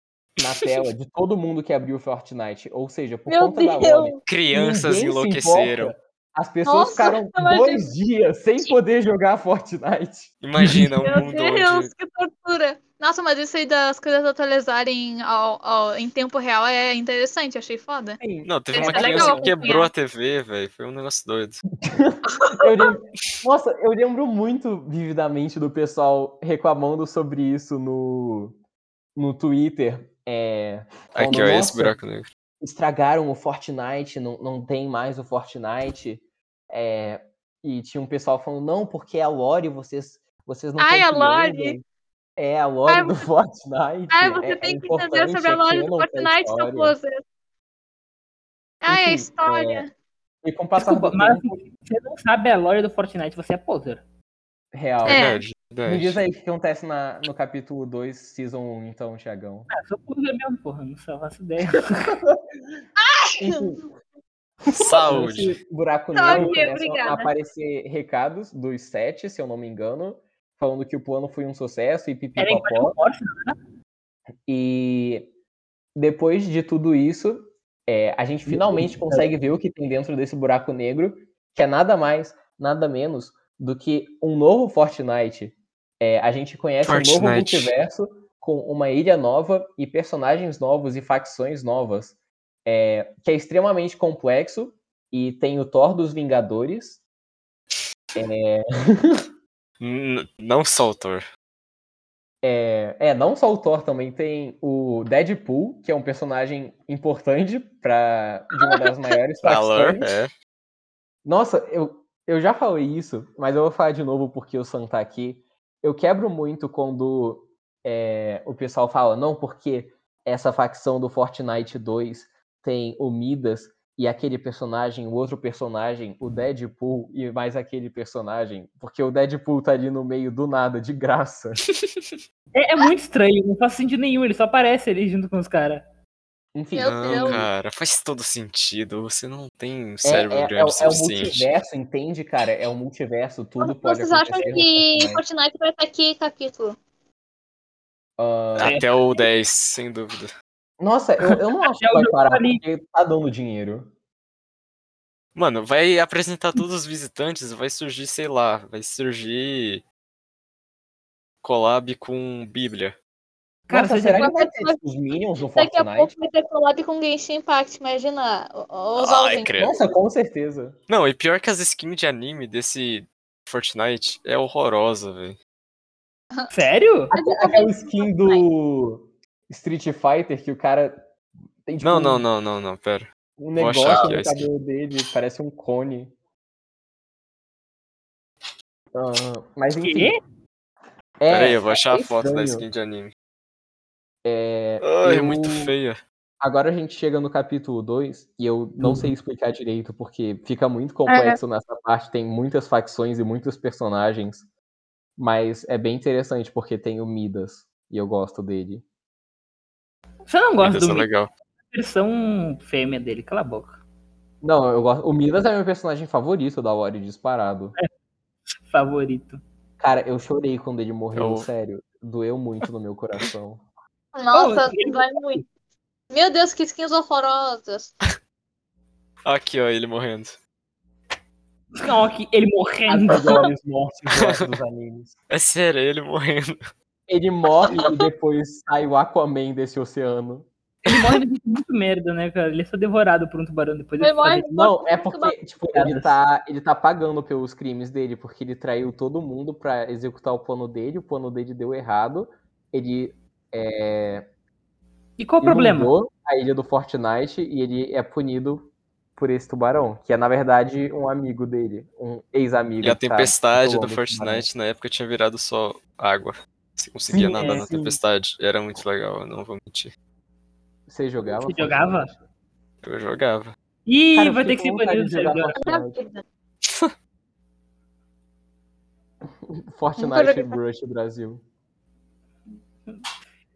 na tela de todo mundo que abriu o Fortnite. Ou seja, por
Meu
conta da
Deus.
Lore,
Crianças
Ninguém se
enlouqueceram.
importa. As pessoas
Nossa,
ficaram
eu
dois dias sem poder jogar Fortnite.
Imagina um
Meu
mundo onde.
Deus, que tortura! Nossa, mas isso aí das coisas atualizarem ao- ao- em tempo real é interessante, achei foda.
Não, teve
Isso
uma
é legal
criança que
acompanhar.
quebrou a TV, velho. Foi um negócio doido.
Eu lem- Nossa, eu lembro muito vividamente do pessoal reclamando sobre isso no, no Twitter. é, falando,
Aqui, ó, esse
"Nossa,
buraco negro.
estragaram o Fortnite, não, não tem mais o Fortnite. É, e tinha um pessoal falando, não, porque é a Lore, vocês, vocês não
Ai, a Lore!
compreendem. É a Lore
Ai,
do Fortnite.
Ah, você
é- é
tem que entender
importante,
sobre a
é
loja do
canon pra
Fortnite, seu
história."
poser. Ai,
Enfim, é,
a história.
E com o passar
Desculpa,
do
mas
tempo,
assim, você não sabe a lore do Fortnite, você é poser.
real.
É.
Verdade,
Me diz
verdade.
aí o que acontece na, no capítulo 2, Season 1, então, Tiagão.
Ah, sou poser mesmo, porra, não sei, faço ideia.
Enfim,
Saúde.
nesse buraco
Tá,
negro
ok,
começam
obrigada.
a aparecer recados dos sete, se eu não me engano, falando que o plano foi um sucesso e
Era em
pipipopó.
Batman Morph, né?
E depois de tudo isso, é, a gente finalmente consegue ver o que tem dentro desse buraco negro, que é nada mais, nada menos do que um novo Fortnite. É, a gente conhece um novo
Fortnite.
multiverso com uma ilha nova e personagens novos e facções novas, é, que é extremamente complexo e tem o Thor dos Vingadores.
N- Não só o Thor.
É, é, não só o Thor, também tem o Deadpool, que é um personagem importante para de uma das maiores
A lore,
facções.
é.
Nossa, eu, eu já falei isso, mas eu vou falar de novo porque o Sam tá aqui. Eu quebro muito quando é, o pessoal fala, não, porque essa facção do Fortnite 2 tem o Midas e aquele personagem, o outro personagem, o Deadpool e mais aquele personagem, porque o Deadpool tá ali no meio do nada, de graça.
É, é muito estranho, não faz sentido nenhum, ele só aparece ali junto com os caras.
Enfim,
Meu
Não,
Deus.
cara, faz todo sentido. Você não tem um
é, é,
cérebro
é,
grande o
o- é o
suficiente.
multiverso, entende, cara? É o multiverso, tudo pode
Vocês acham
acontecer. né? no
que
Fortnite.
Fortnite vai estar aqui capítulo?
Ah,
Até o 10, sem dúvida.
Nossa, eu, eu não acho que
o
vai
jogo
parar
ali.
porque tá dando dinheiro.
Mano, vai apresentar todos os visitantes, vai surgir, sei lá, vai surgir collab com Bíblia.
Cara,
Nossa,
você
será
já
que
viu?
vai ter tipo, os Minions no
Daqui a pouco
Fortnite?
vai ter collab com Genshin Impact, imagina. o- o- Os
Ai,
alvin.
credo.
Nossa, com certeza.
Não, e pior que as skins de anime desse Fortnite é horrorosa, velho.
Sério?
Aquela, aquela skin do Street Fighter que o cara tem tipo,
Não,
um-
não, não, não, não, pera.
um
vou
negócio
achar aqui
no
a skin.
cabelo dele, parece um cone. Ah, mas enfim.
Quê?
É,
pera aí, eu vou achar a
é
foto da
estranho.
skin de anime.
É,
Ai, é
eu-
muito feia.
Agora a gente chega no capítulo 2, e eu não sei explicar direito, porque fica muito complexo nessa parte, tem muitas facções e muitos personagens, mas é bem interessante porque tem o Midas, e eu gosto dele.
Você não gosta
Ainda
do
são é
Midas,
legal.
versão fêmea dele, cala a boca.
Não, eu gosto. O Midas é meu personagem favorito da Ori disparado.
Favorito.
Cara, eu chorei quando ele morreu,
Eu-
sério. Doeu muito no meu coração.
Nossa,
Oh, ele-
dói muito. Meu Deus, que skins horrorosas.
Aqui, ó, ele morrendo.
Não, aqui, ele morrendo.
Os olhos mortos e mortos dos animes.
É sério, é ele morrendo.
Ele morre e depois sai o Aquaman desse oceano.
Ele morre de muito merda, né, cara? Ele é só devorado por um tubarão depois.
Ele
ele fica
morre-
dentro-
Não, é
muito
porque, tipo, ele tá, ele tá pagando pelos crimes dele, porque ele traiu todo mundo pra executar o plano dele, o plano dele deu errado, ele é,
E qual o problema?
inundou a ilha do Fortnite e ele é punido por esse tubarão, que é, na verdade, um amigo dele, um ex-amigo.
E a
que tá
tempestade do
rolando esse
Fortnite na época tinha virado só água. Você conseguia
Sim,
nadar
é,
na
sim.
tempestade. Era muito legal, eu não vou mentir.
tubarão. Você jogava?
Você jogava?
Fortnite?
Eu jogava.
Ih,
Cara, eu
vai
fiquei
ter que ser
com vontade
banido do
de jogar
servidor.
Minha
Fortnite.
vida.
Fortnite Brush Brasil.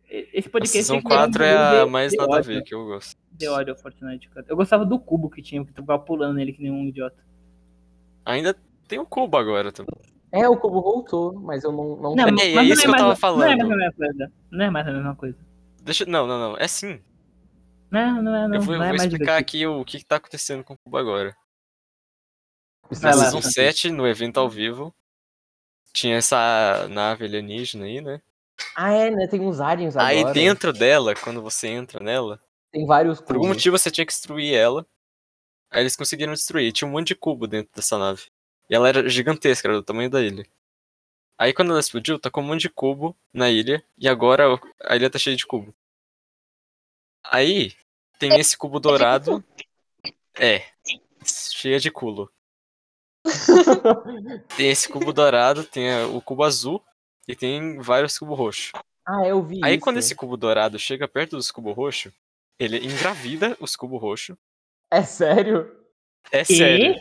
Esse
A
podcast
season
tem que-
4 é a
de-
mais
de
nada a
ódio.
ver que eu gosto.
De ódio ao Fortnite, cara. Eu gostava do cubo que tinha, que tu ficava pulando nele que nem um idiota.
Ainda tem o cubo agora também.
É, o Cubo voltou, mas eu não, não,
Não,
é
mas
isso
não
que eu
mais
tava
a- Não é mais
falando.
a mesma coisa. Não é mais a mesma coisa.
Deixa, não, não, não. É sim.
Não, não é, não.
eu vou, eu
não é
vou
mais
explicar aqui
divertido.
o que, que tá acontecendo com o cubo agora.
Isso
Na
É,
Vai lá.
tá.
season 7, no evento ao vivo, tinha essa nave alienígena aí, né?
Ah, é, né? Tem uns aliens agora.
Aí dentro dela, quando você entra nela,
Tem vários
por algum
cubos.
motivo você tinha que destruir ela. Aí eles conseguiram destruir. Tinha um monte de cubo dentro dessa nave. E ela era gigantesca, era do tamanho da ilha. Aí quando ela explodiu, tacou um monte de tá cubo na ilha. E agora a ilha tá cheia de cubo. Aí tem esse cubo dourado. É. Cheia de culo. tem esse cubo dourado, tem a- o cubo azul e tem vários cubos roxos.
Ah, eu vi
Aí
isso.
quando esse cubo dourado chega perto dos cubos roxos, ele engravida os cubos roxos.
É sério?
É
E?
sério.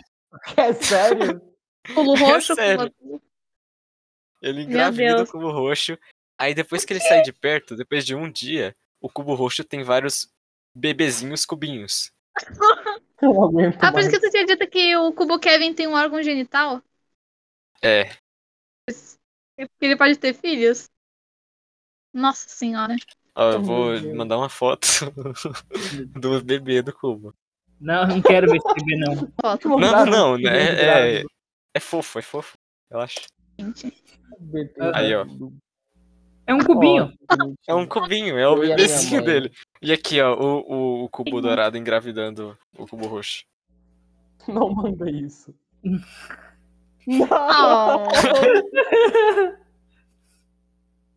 É sério?
Pulo roxo,
É sério.
pulo-
Ele
Meu
engravida o
Deus.
cubo roxo. Aí depois que ele sai de perto, depois de um dia, o cubo roxo tem vários bebezinhos cubinhos.
Eu não aguento
Ah, por isso
mais.
que tu tinha dito que o cubo Kevin tem um órgão genital?
É,
É porque Ele pode ter filhos? Nossa senhora.
ó, eu
Meu
vou
Deus.
mandar uma foto do bebê do cubo.
Não, não quero ver esse bebê, não.
Foto.
Vou
Não,
dar
não,
um
não, é, é, é fofo, é fofo. Relaxa.
bebê.
Aí, ó.
É um cubinho.
É um cubinho, é o
Eu e a minha
bebezinho
mãe.
dele. E aqui, ó, o, o, o cubo dourado engravidando o cubo roxo.
Não manda isso.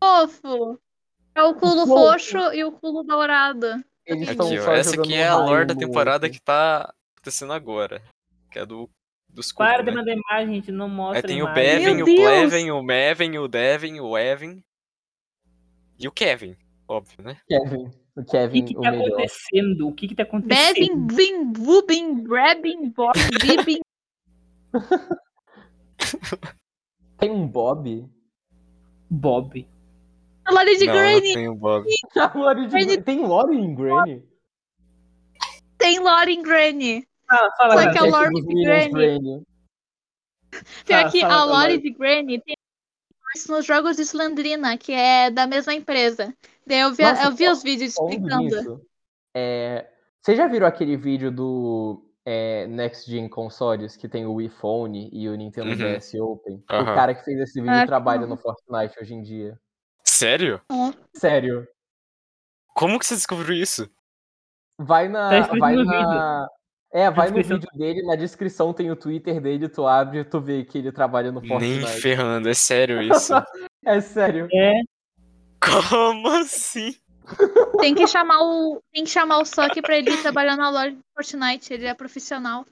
Oh. Fofo. É o culo
Fofo.
roxo e o culo dourado.
Eles
Aqui,
estão
Aqui, ó,
só
essa
jogando
aqui é a
raio
lore da
no
temporada
outro.
que tá acontecendo agora. Que é do, dos cubos,
Para de
né?
mandar imagem, gente. Não mostra
Aí tem o
imagem.
Bevin,
Meu
o
Deus!
Pleven, o Mevin, o Devin, o Evan. E o Kevin, óbvio, né?
Kevin. O
O
Kevin,
que que
o
tá
melhor.
acontecendo? O que que tá acontecendo?
Bevin, vim, vubin, brebin, bob, bibin.
Tem um Bob?
Bob.
Lore de
não,
Granny.
não tem o Bob.
A um Lori de...
Ele-
Tem Lori em Granny?
Tem Lore em Granny.
Fala, fala,
Só
Gabi.
que é o Lore
Dos
de
Williams
Granny. Pior
Ah,
que
fala
a
da
Lore
Lore.
de Granny tem isso nos jogos de Slandrina, que é da mesma empresa. Daí eu vi,
Nossa,
eu vi os vídeos
Falando
explicando.
nisso, é, vocês já viram aquele vídeo do é, Next Gen Consoles que tem o Wii Phone e o Nintendo
Uhum.
DS Open? O
Aham.
cara que fez esse vídeo
Ah,
trabalha no Fortnite hoje em dia.
Sério?
Sério.
Como que você descobriu isso?
Vai na.
Tá escrito
vai
no
na.
Tá
É, vai no
descrição.
vídeo dele, na descrição tem o Twitter dele, tu abre e tu vê que ele trabalha no Fortnite.
Nem ferrando, é sério isso.
É sério.
É,
Como assim?
Tem que chamar o, tem que chamar o Suck pra ele trabalhar na Lore de Fortnite. Ele é profissional.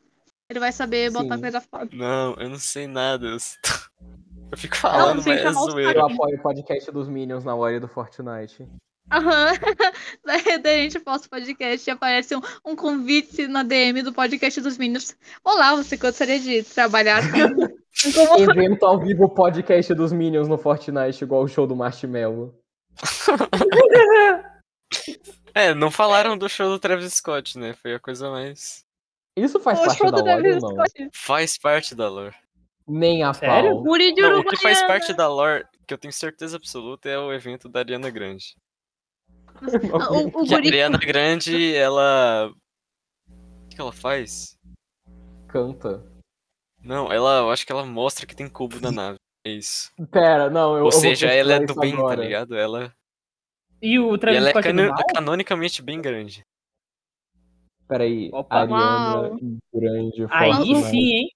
Ele vai saber botar
Sim.
coisa foda.
Não, eu não sei nada. Eu, só tô- eu fico falando,
Não,
mas
fica
é
mal
zoeira.
Eu apoio o podcast dos Minions na hora do Fortnite.
Aham. Daí, daí a gente posta o podcast e aparece um, um convite na DM do podcast dos Minions. Olá, você gostaria de trabalhar com- como
Evento ao vivo podcast dos Minions no Fortnite, igual o show do Marshmallow.
É, não falaram do show do Travis Scott, né? Foi a coisa mais.
Isso faz
o
parte
show
da
do
lore
David
ou não?
Scott?
Faz parte da lore.
Nem a
Sério?
pau.
Guri de
Não, o que faz
Uruguaiana.
parte da lore, que eu tenho certeza absoluta, é o evento da Ariana Grande.
O, o
é Que a
guri
Ariana Grande, ela. O que que ela faz?
Canta.
Não, ela. Eu acho que ela mostra que tem cubo na nave. É isso.
Pera, não, eu. eu vou
Ou seja, ela é
pesquisar isso
do bem,
agora.
tá ligado? Ela,
e o
e
Travis
ela é
Scott é do
cano-
mal?
canonicamente bem grande.
Peraí,
Opa.
Ariana
Uau.
Grande.
Aí
Fortnite.
sim, hein?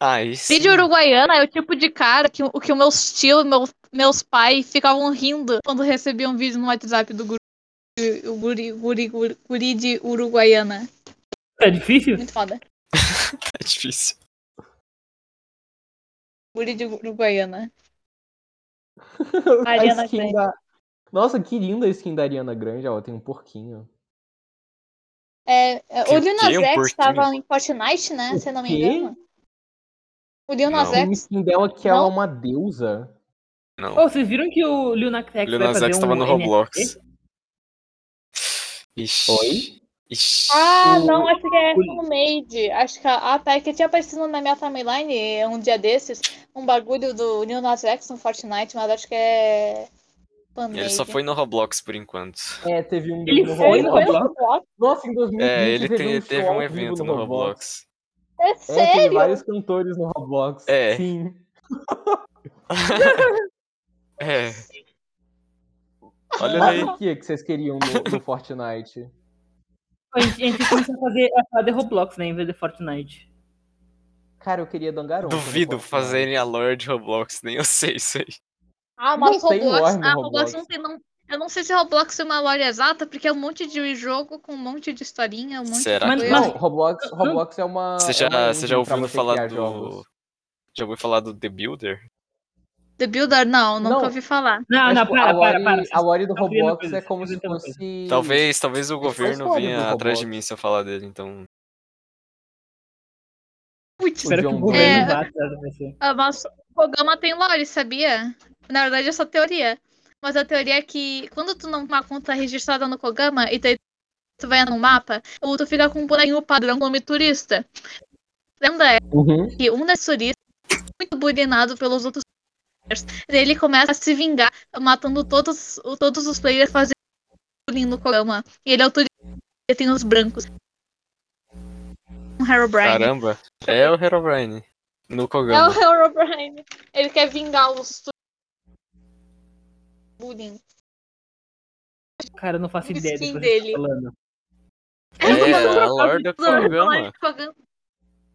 Ah, isso.
Vídeo uruguaiana é o tipo de cara que, o que meus tios, meu, meus pais ficavam rindo quando recebiam um vídeo no WhatsApp do guri, o guri, guri, guri, guri de uruguaiana.
Tá difícil?
Muito foda.
É difícil.
Guri de uruguaiana.
A
Ariana
skin
Grande.
da- Nossa, que linda a skin da Ariana Grande. Ó, tem um porquinho.
É, é,
Que-
o
que é um
Lil Nas X
porquinho?
tava em Fortnite, né? Se eu não me
quê?
engano. O Lil Nas
Não.
Tem uma
X.
skin dela que ela é
É. Não.
uma deusa.
Não.
Ô, vocês viram que o Lil Nas X
Lil
vai
Nas
fazer
X
um
tava no
NFT?
Roblox. Ixi.
Oi?
Ixi.
Ah,
O-
não, acho que é
o-
Handmade. Acho que a, a Peck tinha aparecido na minha timeline um dia desses. Um bagulho do Lil Nas X no Fortnite, mas acho que é.
Ele só foi no Roblox por enquanto.
É, teve um.
Ele
no
foi
Roblox.
no Roblox?
Nossa, em 2020
É, ele
teve
te-
um,
teve
show
um
ao vivo
evento no Roblox.
É
É, teve
sério?
vários cantores no Roblox.
É.
Sim.
É. Olha
Mas é
aí.
o que que vocês queriam no, no Fortnite?
A gente, a gente começou a fazer a falar de Roblox, né? Em vez de Fortnite.
Cara, eu queria Dangaronça. no
Duvido
Fortnite.
fazerem a lore de Roblox, nem eu sei isso aí.
Ah, mas
Não tem
Roblox,
lore no
ah, Roblox
Roblox.
não tem, não, Eu não sei se Roblox tem uma lore exata, porque é um monte de jogo com um monte de historinha, um monte
Será
de
que-
coisa.
Mas-
Não, Roblox, Roblox é uma.
Você já,
é uma
você já
engine pra
ouviu
você
falar
criar
do.
jogos.
Já ouviu falar do The Builder?
The Builder, não, nunca
Não.
ouvi falar.
Ah, Não,
Mas,
não,
tipo,
para,
a lore,
para, para.
A lore do
Tá criando
Roblox
coisa,
é como se
tá inventando coisa.
fosse.
Talvez, talvez
Esse
o
é o
governo
histórico do
venha atrás
Roblox.
de mim se eu falar dele, então.
Putz,
Espero que
John
o é. governo
Boy.
vá atrás de você.
a nossa- o Kogama tem lore, sabia? Na verdade, essa teoria. Mas a teoria é que quando tu não tem uma conta registrada no Kogama e daí tu vai no mapa, ou tu fica com um bonequinho padrão nome turista. Lembra
Uhum.
que um desses turistas é muito bulinado pelos outros players. E Ele começa a se vingar, matando todos, o- todos os players fazendo bullying no Kogama. E ele é o turista e tem os brancos. Um Herobrine.
Caramba! É o Herobrine. No
É o
Kogama.
Herobrine. Ele quer vingar os tu- bullying.
Cara, eu não faço
O
ideia do que
skin
você tá
dele.
falando.
É, a lore do
é
Kogama.
Kogama.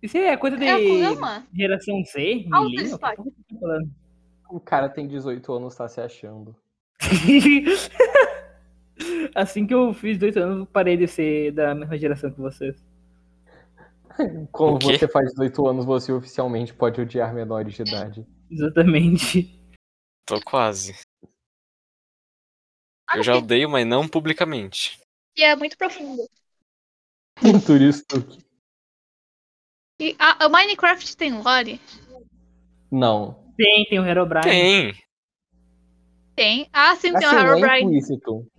Isso é coisa de
É o Kogama?
geração C,
Ah, o
milênio? O que
Spike.
você tá falando?
O cara tem 18 anos, tá se achando.
assim que eu fiz dois anos, eu parei de ser da mesma geração que vocês.
Quando
O quê?
você faz 18 anos, você oficialmente pode odiar menores de idade.
Exatamente.
Tô quase.
Ah,
Eu já odeio, mas não publicamente.
que é muito profundo.
Turista.
E a, a Minecraft tem um lore?
Não.
Tem, tem o Herobrine.
Tem!
Tem. Ah, sim, tem
Assim,
o
não é
Herobrine.
implícito.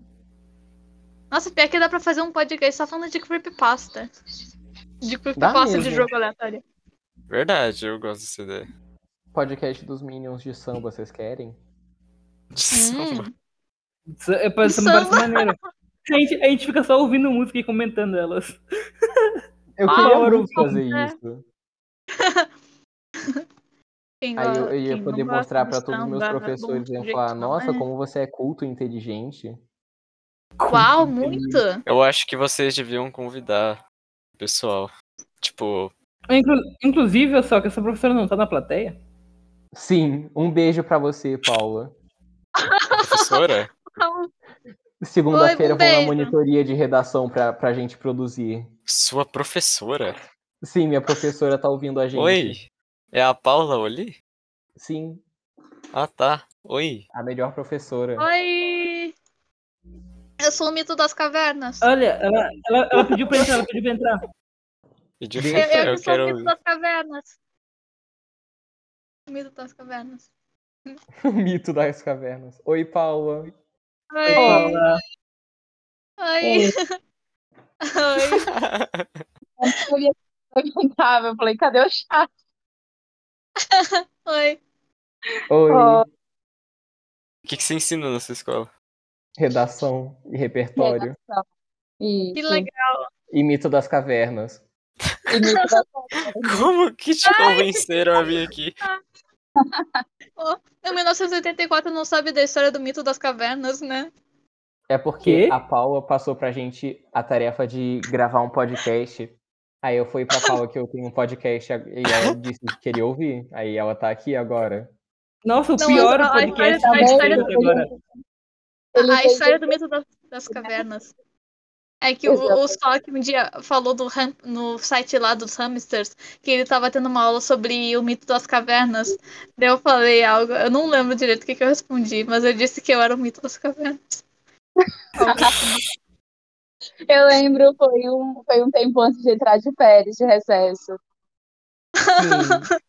Nossa, pior que dá pra fazer um podcast só falando de creepypasta. De
Dá
creepypasta de
mesmo.
jogo aleatório.
Verdade, eu gosto dessa ideia.
Podcast dos Minions de samba, vocês querem?
De samba.
Hum.
Isso é- parece-
Samba.
parece maneiro. A gente, a gente fica só ouvindo música e comentando elas.
Eu
Ah,
queria
ouro,
muito fazer
né?
isso.
Quem
Aí eu,
gosta-
eu
quem
ia poder
não gosta
mostrar
de
pra todos os meus
samba, é bom
professores.
de
Iam
jeito
falar,
não
nossa,
é."
como você é culto e inteligente.
Uau, muito!
Eu acho que vocês deviam convidar o pessoal. Tipo,
Inclu- inclusive, olha só que essa professora não tá na plateia.
Sim, um beijo pra você, Paula.
professora?
Segunda-feira
um
vou na
beijo.
monitoria de redação pra, pra gente produzir.
Sua professora?
Sim, minha professora tá ouvindo a gente.
Oi? É a Paula Oli?
Sim,
Ah, tá. Oi.
a melhor professora.
Oi! Eu sou o mito das cavernas.
Olha, ela, ela, ela pediu pra entrar, ela pediu pra entrar.
E de
Gente,
Eu, eu,
eu
sou o mito
quero.
das cavernas. O mito das cavernas.
O mito das cavernas. Oi, Paula.
Oi!
Ela,
Oi! Oi!
Eu ia perguntar, eu falei, cadê o chat?
Oi!
Oi,
Ó,
O que, que você ensina na sua escola?
redação e repertório.
Isso.
Que legal!
E mito das cavernas.
E me dá-
Como que te convenceram a vir aqui?
Em 1984 não sabe da história do mito das cavernas, né?
É porque
Quê?
a Paula passou pra gente a tarefa de gravar um podcast. Aí eu fui pra Paula que eu tenho um podcast e ela disse que queria ouvir. Aí ela tá aqui agora.
nossa, o
Não,
pior
a- a
podcast
história- a
que eu
história tá
fiz até agora.
Ele
a
fez
história do mito das, das cavernas. É que o, o Stock um dia falou do ham- no site lá dos hamsters que ele tava tendo uma aula sobre o mito das cavernas. Daí eu falei algo, eu não lembro direito o que, que eu respondi, mas eu disse que eu era o mito das cavernas.
Eu lembro, foi um, foi um tempo antes de entrar de férias, de recesso.
Sim.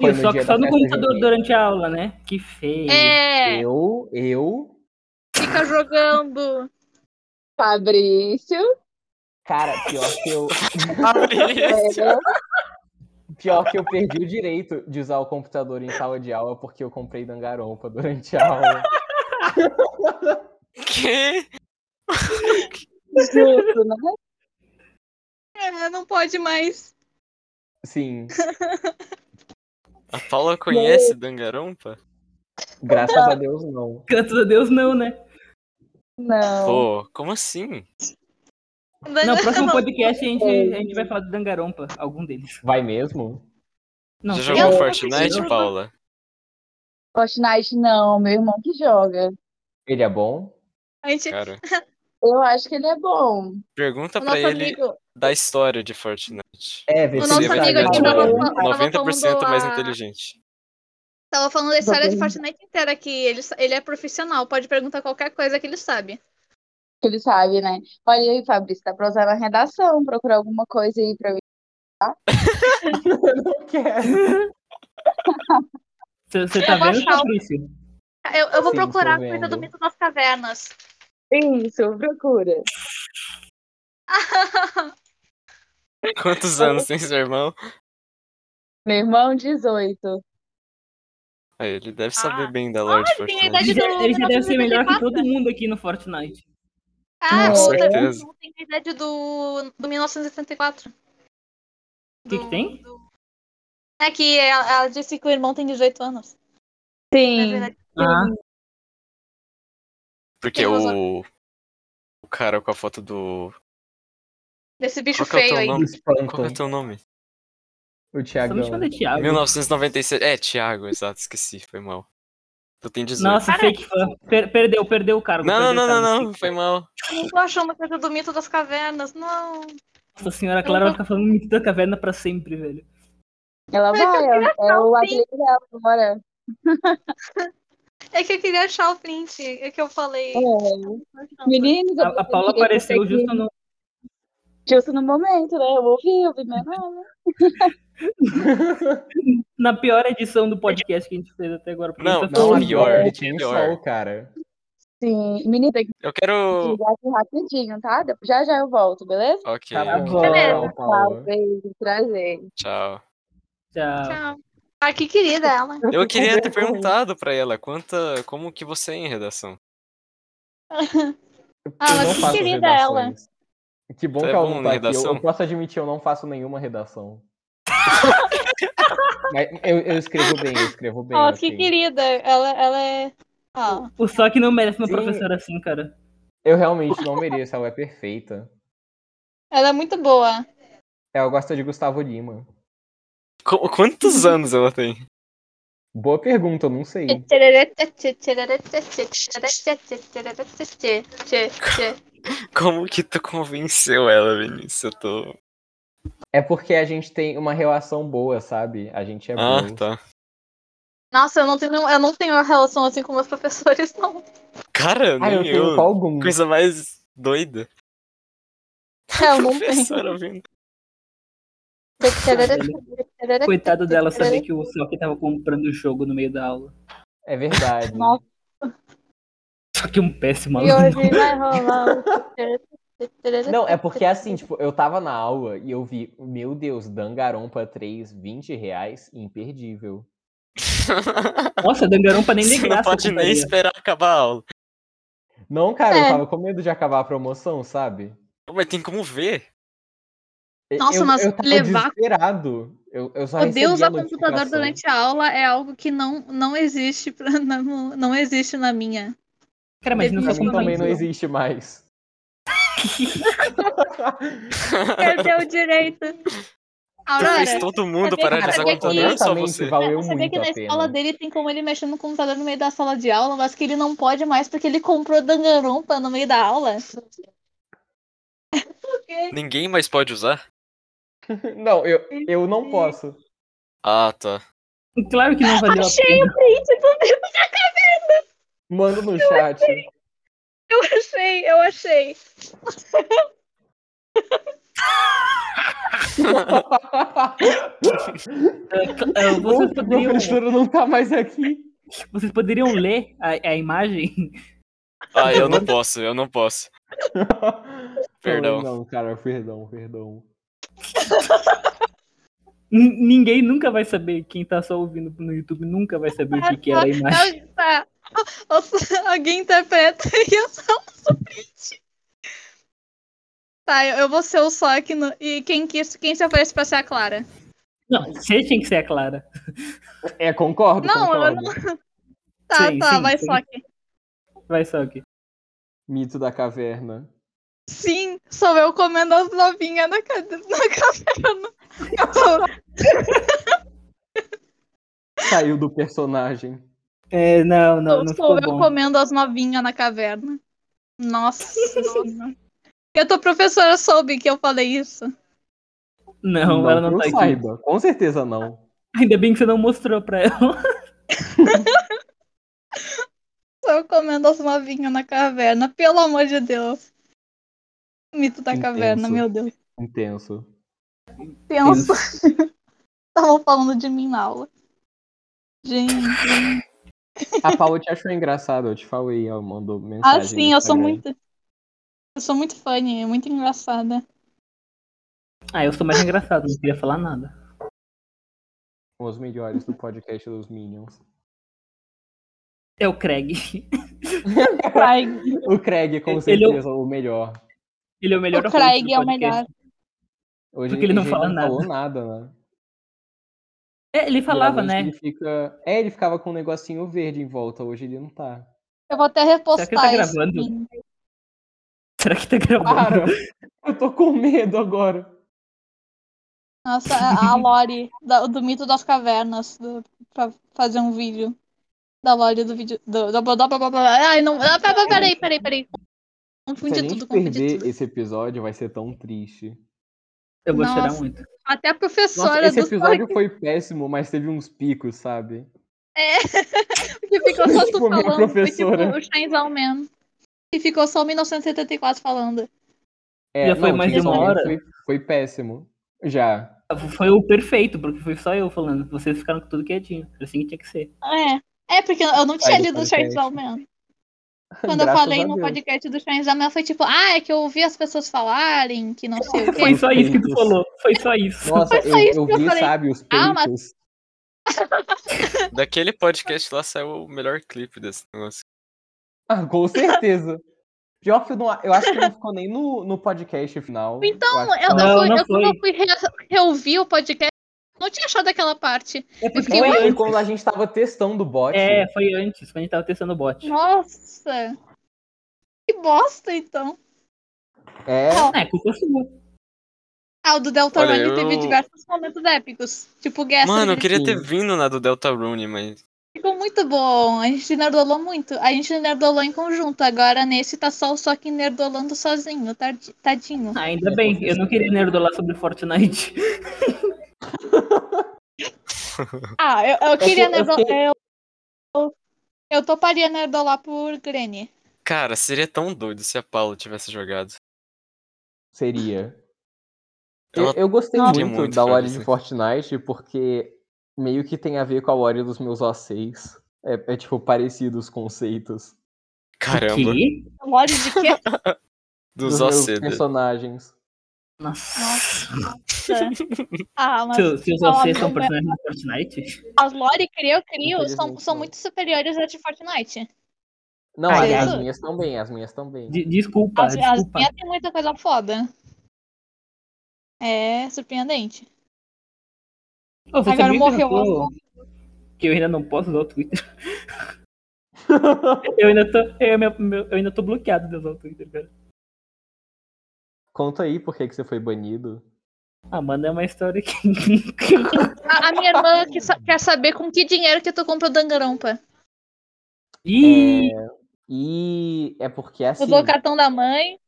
Foi
Isso, só
dia
que só
da
tá no
festa
computador
junina.
durante a aula, né? Que feio.
É,
Eu, eu.
fica jogando.
Fabrício,
Cara, pior que eu.
é
Vera,
Pior que eu perdi o direito de usar o computador em sala de aula porque eu comprei dangarompa durante a aula.
que?
justo, né?
É, não pode mais.
Sim,
A Paula conhece Dangarompa?
graças a Deus não.
Graças a Deus, não, né?
Não.
Pô, como assim?
No próximo
Não. É.
podcast a gente, a gente vai falar do Dangarompa, algum deles.
Vai mesmo?
Não,
Já
sei
jogou
lá.
Fortnite,
Eu-
Paula?
Fortnite não, meu irmão que joga.
Ele é bom?
A gente,
Cara,
Eu acho que ele é bom.
pergunta
o
pra
nosso
ele
amigo,
da história de Fortnite.
É, vê
O
se
nosso
ele vai
amigo
dar
aqui
uma-
tava falando- tava
90%
falando
mais
a-
inteligente.
tava falando da história de
Também.
Fortnite inteira aqui. Ele, ele é profissional, pode perguntar qualquer coisa que ele sabe.
Que ele sabe, né? Olha aí, Fabrício, dá pra usar na redação, procurar alguma coisa aí pra mim.
Não quero.
Você você tá
Eu vou
vendo,
achar o-
Fabrício?
Ah, Eu, eu vou
Sim,
procurar a
tô
coisa do
vendo.
mito das cavernas.
Isso, procura.
Quantos anos tem seu irmão?
Meu irmão, 18.
Ah, ele deve saber
Ah.
bem da lore de Fortnite.
verdade.
Ele já,
do-
ele já
do
deve ser melhor que
1984.
todo mundo aqui no Fortnite.
Ah,
Com
outra-
certeza.
tem a idade do, do 1974.
O que que tem?
do- É que ela, ela disse que o irmão tem 18 anos. Na
Sim.
É verdade,
Ah,
Porque
Tem
o. O cara com a foto do.
desse bicho
Qual que é o
feio
teu
aí.
nome? Qual
Espanto.
que é o teu nome?
O
só me
Thiagão.
chama de Thiago.
1997. É, Thiago, exato, esqueci, foi mal. Tu tem 18.
Nossa, fake fã. Per- perdeu, perdeu o cargo.
não, não,
perdeu
não,
o cargo,
não,
fake
não,
fã.
foi mal.
Eu tô achando uma coisa do mito das cavernas. Não.
Nossa senhora, a Clara vai ficar falando muito da caverna pra sempre, velho.
Ela
Mas eu
vai,
queria
é, é
achar
o
um
apelido dela agora.
É que eu queria achar o print. É que eu falei.
É. Meninos, eu
A, a
pensei
Paula
que- eu pensei
apareceu
que-
justo no.
justo no momento, né? Eu ouvi, eu vi meu nome.
na pior edição do podcast que a gente fez até agora. porque
Não,
a gente tá
não,
falando-
pior,
agora Ele tinha um
pior.
sol, cara.
Sim, menino, tem que
Eu quero.
desligar aqui rapidinho, tá? Já já eu volto, beleza?
Ok,
Tá bom,
Beleza.
Tá,
Paulo.
beijo, prazer.
tchau.
Tchau.
Tchau. Ah, que querida ela.
Eu queria ter perguntado pra ela quanta. Como que você é em redação?
Ah,
Eu
mas
não
que
faço
querida
redações. Que bom
Você
que
é
ela
bom
não
na
tá aqui. Eu- Eu,
redação?
posso admitir, eu não faço nenhuma redação. Mas eu, eu escrevo bem, eu escrevo bem.
Ó,
assim.
que querida. Ela, ela é. Ó.
O só que não merece uma
Sim.
professora assim, cara.
Eu realmente não mereço, ela é perfeita.
Ela é muito boa.
Ela gosta de Gustavo Lima.
Qu- quantos anos ela tem?
Boa pergunta, eu não sei.
Como que tu convenceu ela, Vinícius? Eu tô.
É porque a gente tem uma relação boa, sabe? A gente é
Ah,
bom.
tá.
Nossa, eu não tenho, eu não tenho uma relação assim com meus professores, não.
Cara,
Ah, eu
nem
tenho
eu.
com algum.
Coisa mais doida.
Eu não tenho.
Professora ouvindo.
Coitado dela saber que o Sock tava comprando o jogo no meio da aula.
É verdade.
Nossa.
Só que um péssimo
E
aluno.
hoje vai rolar. um-
Não, é porque assim, tipo, eu tava na aula e eu vi, meu Deus, Dangarompa 3, 20 reais, imperdível.
Nossa, Dangarompa nem de
Você
graça.
não pode nem
compraria.
esperar acabar a aula.
Não, cara,
É.
eu tava com medo de acabar a promoção, sabe?
Mas tem como ver.
E-
Nossa,
eu,
mas
eu tava
levar-
desesperado. Eu, eu só
Poder
recebia
usar
a
computador
notificação.
durante a aula é algo que não, não existe pra- não, não existe na minha.
Cara, imagina
Pra
o
Devido
mim
seu
também
tamanho.
não existe mais.
Perdeu o direito.
Tu fez
Aurora,
todo
Sabia
mundo
que-
É,
parar de
Cara,
usar
sabia
computador ou só
Honestamente,
você?
valeu
sabia que
muito a
na escola
pena.
dele tem como ele mexer no computador no meio da sala de aula, mas que ele não pode mais porque ele comprou dangarompa no meio da aula.
Ninguém mais pode usar?
Não, eu, eu não posso.
Ah, tá.
Claro que não valeu a
Achei
pena. Ah,
o print do meu
Manda no chat.
Eu achei, eu achei.
É, é, Vocês
O
poderiam, tipo,
professor não tá mais aqui.
vocês poderiam ler a, a imagem?
Ah, eu não posso, eu não posso. Perdão.
Não, não, cara, perdão, perdão.
N- Ninguém nunca vai saber. Quem tá só ouvindo no YouTube nunca vai saber o que, que era a imagem.
Ah, Tá. Nossa, Alguém interpreta e eu só uso print. Tá, eu, eu vou ser o só aqui no... E quem, quis, quem se oferece pra ser a Clara?
Não, você tinha que ser a Clara.
É, concordo,
Não, eu
concordo.
Tá,
Sim,
tá,
sim,
vai
sim.
só aqui.
Vai, Sock.
Mito da caverna.
Sim, sou eu comendo as novinhas na, cade... na caverna. Eu sou-
Saiu do personagem.
É, não, não, não
sou eu
ficou bom.
comendo as novinhas na caverna. Nossa. Senhora. eu tô professora, soube que eu falei isso.
Não, ela não
que
tá
eu
aqui.
saiba. Com certeza não.
Ainda bem que você não mostrou pra ela.
Só comendo as novinhas na caverna, pelo amor de Deus. Mito da
Intenso.
caverna, meu Deus.
Intenso.
Penso. Estavam falando de mim na aula. Gente.
A Paula te achou engraçado, eu te falei, ela mandou mensagem.
Ah,
no
sim, eu sou
Instagram.
muito. Eu sou muito fã, é muito engraçada.
Ah, eu sou mais engraçado, não queria falar nada.
Os melhores do podcast dos Minions.
É o Craig.
Craig.
O Craig, com
Ele é o-
certeza, o melhor.
Ele é o melhor
O
host
Craig
do
é o
podcast.
melhor.
Hoje
Porque ele não
hoje
fala nada.
falou nada, né?
É, ele falava,
Geralmente
né?
Ele fica... É, ele ficava com um negocinho verde em volta, hoje ele não tá.
Eu vou até repostar
Será que ele tá
isso.
gravando?
sim.
Será que tá gravando?
Para! eu tô com medo agora.
Nossa, a a Lore da- do mito das cavernas do, pra fazer um vídeo. Da Lore do vídeo. Do, do, blá, blá, blá, blá, blá. Ai, não. ah, pera- pera- Peraí, peraí, peraí.
Se a
Confundi
gente
tudo, confundi
perder
tudo.
esse episódio, vai ser tão triste.
Eu vou chorar
Nossa.
muito.
Até a
Nossa,
professora
esse
do
episódio foi péssimo, mas teve uns picos, sabe?
que ficou só tu
Tipo, minha
falando. foi Tipo,
professora.
o Chainsaw Man. E ficou só 1974 falando.
É,
Já foi mais de
tinha
uma
um-
hora?
Foi, foi péssimo. Já.
Foi o perfeito, porque foi só eu falando. Vocês ficaram com tudo quietinho. Era assim que tinha que ser.
É. É, porque eu não tinha
Ai, do
lido o
podcast.
Chainsaw Man. Quando eu
Graças
falei
a
no
Deus.
podcast do Chainsaw Man, foi tipo, ah, é que eu ouvi as pessoas falarem que não sei o quê.
Foi só isso que tu
Perfeitos.
falou. Foi só isso.
Nossa,
Foi só isso
eu, eu
que eu
vi,
falei.
sabe, os peitos.
Ah, mas-
Daquele podcast lá saiu o melhor clipe desse negócio.
Ah, com certeza. Pior que não, eu acho que não ficou nem no, no podcast final.
Então,
acho que
eu, eu
só-
Não,
fui-
não
eu- quando eu
foi.
fui re- reouvir o podcast, eu não tinha achado aquela parte.
É porque
fiquei
Foi
foi antes.
quando a gente tava testando o bot.
É, foi antes, quando a gente tava testando o bot.
Nossa! Que bosta, então.
É,
É, culpa sua.
Ah, o do Delta
Olha,
Rune teve
eu-
diversos momentos épicos. Tipo, Guess.
Mano, eu queria ter
Sim.
vindo na do Delta Rune, mas.
Ficou muito bom. A gente nerdolou muito. A gente nerdolou em conjunto. Agora nesse tá só o Soque nerdolando sozinho. tardi- Tadinho.
Ah, ainda
É,
bem, eu não queria nerdolar sobre Fortnite.
Ah, eu, eu
que-
queria
eu
nerdolar. Eu,
fiquei-
eu- eu toparia nerdolar por Granny.
Cara, seria tão doido se a Paula tivesse jogado.
seria. Eu,
Ela-
eu gostei
Nossa.
muito,
Queria muito
da
jogar
lore
isso
de
aí.
Fortnite, porque meio que tem a ver com a lore dos meus OCs. É, é, tipo, parecido os conceitos
Caramba,
Que?
Lore de quê?
dos
meus
OC. dele.
personagens.
Nossa.
Ah, mas
Se, se os
Nossa. né?
vocês são personagens do Fortnite?
as lore crio crio são,
Infelizmente,
são
não.
muito superiores à de Fortnite.
Não,
Ah,
as,
é.
as minhas também, as minhas também.
De- desculpa,
As, as
Tá, desculpa.
minhas tem muita coisa foda. É surpreendente.
Ô, você
Agora
viu que
morreu
eu tô-
o-
que eu ainda não posso usar o Twitter. eu, ainda tô, eu, meu- meu- eu ainda tô bloqueado de usar o Twitter, cara.
Conta aí por que, que você foi banido.
Ah, mano, é uma história que. que eu-
A, a minha irmã que sa- quer saber com que dinheiro que tu compra o Dangarampa.
Ih,
É, E é porque assim.
Usou o cartão da mãe.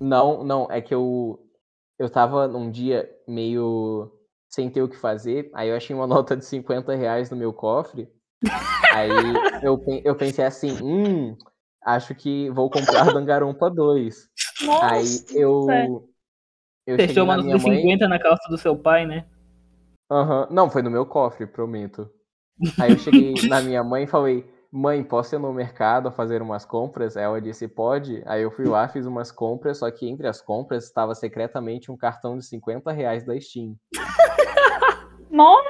Não, não, é que eu eu tava num dia meio sem ter o que fazer, aí eu achei uma nota de 50 reais no meu cofre. Aí eu, pen- eu pensei assim, hum, acho que vou comprar Dangarompa 2.
Nossa.
Aí eu. Eu cheguei
testou uma
na
nota
minha
de
mãe.
50 na calça do seu pai, né?
Aham, Não, foi no meu cofre, prometo. Aí eu cheguei na minha mãe e falei, mãe, posso ir no mercado fazer umas compras? Ela disse, pode. Aí eu fui lá, fiz umas compras, só que entre as compras estava secretamente um cartão de 50 reais da Steam.
Nossa.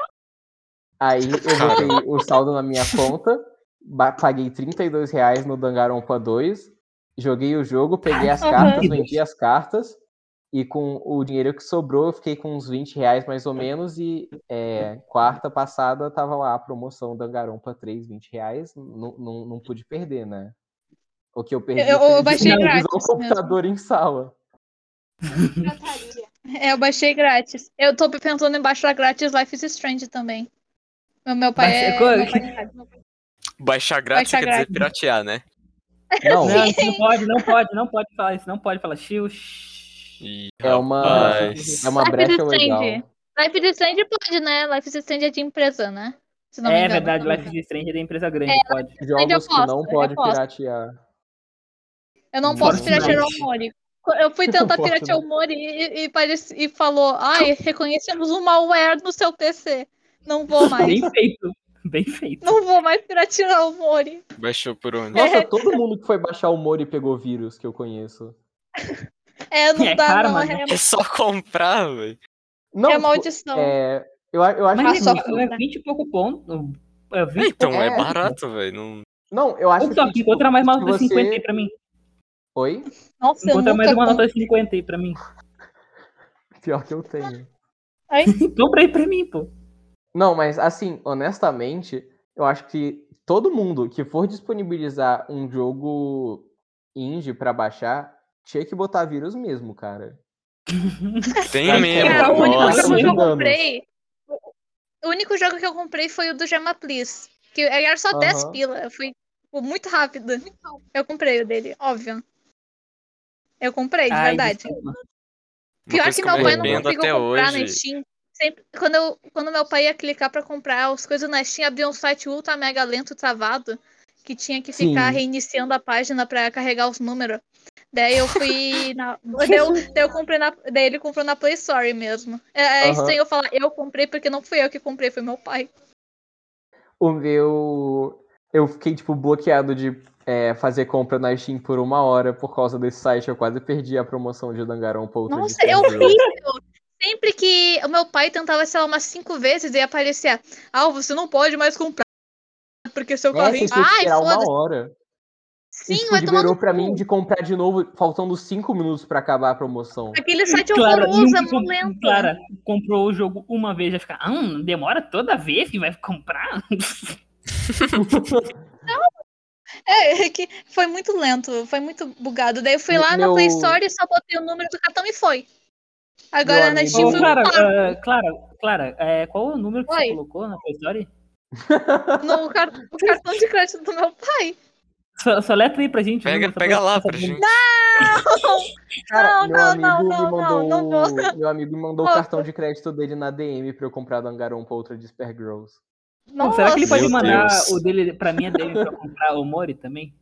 Aí eu botei o saldo na minha conta, ba- paguei 32 reais no Dangarompa 2, joguei o jogo, peguei as
Aham.
cartas, vendi as cartas, e com o dinheiro que sobrou, eu fiquei com uns 20 reais mais ou menos, e é, quarta passada tava lá a promoção Dangarompa 3, 20 reais, não, não, não pude perder, né? O que eu perdi
Eu- eu
foi
baixei
disponibilizar o
grátis mesmo.
computador em sala.
É, eu baixei grátis. Eu tô pensando em baixar grátis Life is Strange também. Meu, meu pai
Baixa-
é.
qual-
meu pai é-
Baixar grátis
Baixar
quer dizer
grátis.
piratear, né?
Não,
Não, isso não pode, não pode, não pode falar isso, não pode falar. Shiu, shh.
Ih,
é uma,
rapaz.
é uma
Sabe
brecha
do Sandy?
legal.
Life is Strange pode, né? Life is Strange é de empresa, né? Se não me
É
engano.
verdade, Life is Strange é da empresa grande, pode.
Jogos que
aposta,
não
eu
pode
aposto.
piratear.
Eu não posso
Fortnite.
piratear o Mori. Eu fui tentar
Fortnite.
piratear o Mori e, e, parece- e falou: ai, reconhecemos um malware no seu PC. Não vou mais.
Bem feito, bem feito.
não vou mais piratear o Mori.
Baixou por onde?
É.
Nossa, todo mundo que foi baixar o Mori pegou vírus que eu conheço.
É, não
É
dá,
karma,
não.
né?
É,
É só comprar, velho.
Não,
é
tipo,
maldição.
é, eu, a- eu acho
Mas
que.
só
é,
fruta.
é 20 e pouco ponto. É 20 e
Então, é,
É.
barato, velho. Não...
Não, eu acho
pouco ponto.
que. tipo,
Encontra mais uma
se
nota
você-
50 aí pra mim.
Oi?
Nossa, eu
Encontra
nunca
mais uma
compro.
nota 50 aí pra mim.
Pior que eu tenho.
Compra aí Então, pra mim, pô.
Não, mas assim, honestamente, eu acho que todo mundo que for disponibilizar um jogo indie pra baixar, tinha que botar vírus mesmo, cara. É.
Tem mesmo.
Cara, o único
Nossa.
jogo que eu
Nossa.
comprei. O único jogo que eu comprei foi o do Jama Please. Que é, era só 10
Aham.
pila. Eu fui tipo, muito rápido. Eu comprei o dele, óbvio. Eu comprei, de
Ai,
verdade.
desculpa.
Uma
Pior
coisa
que
eu
meu pai é, não
arrependo
conseguiu
até
comprar na
hoje.
Steam. Sempre, quando, eu, quando meu pai ia clicar pra comprar as coisas na Steam, abria um site ultra mega lento travado que tinha que ficar
Sim.
reiniciando a página pra carregar os números. Daí eu fui na. daí, eu, daí eu comprei na. Daí ele comprou na Play Store mesmo. É, é
Aham.
estranho eu falar, eu comprei porque não fui eu que comprei, foi meu pai.
O meu. Eu fiquei, tipo, bloqueado de é, fazer compra na Steam por uma hora por causa desse site. Eu quase perdi a promoção de Dangarompa outro
Nossa,
dia.
é horrível! Sempre que o meu pai tentava, sei lá, umas cinco vezes e aparecia, ah, você não pode mais comprar. Porque seu
É,
carrinho.
vocês tinham que
Ai,
esperar uma
foda-se.
hora.
Sim,
e, tipo,
vai tomar
liberou
no
pra
cu.
mim de comprar de novo, faltando cinco minutos pra acabar a promoção.
Aquele site
Clara,
horroroso, é
nunca comp-
molento.
Clara, comprou o jogo uma vez, já fica. Ah, hum, demora toda vez que vai comprar?
É, é que foi muito lento, foi muito bugado. Daí eu fui
Me-
lá na
meu-
Play Store e só botei o número do cartão e foi. Agora um
Meu
na
amigo-
Steam
Ô,
foi
Clara,
pago
ah, Clara, Clara, é, qual o número que
Tipo, Oi.
você colocou na Play Store?
no car- o cartão de crédito do meu pai.
Só, só letra aí pra gente. o
Pega,
número, só pra-
né?
um-
pega lá
só
pra gente.
Cara,
Não,
meu
não,
amigo
não,
me
não,
mandou. um,
não, não
Meu amigo me mandou o
Não.
cartão de crédito dele na DM pra eu comprar Dangarompa outra de Spare Girls.
Não, será que ele
Nossa.
pode
Meu
mandar
Deus.
o dele pra minha dele pra comprar o Mori também?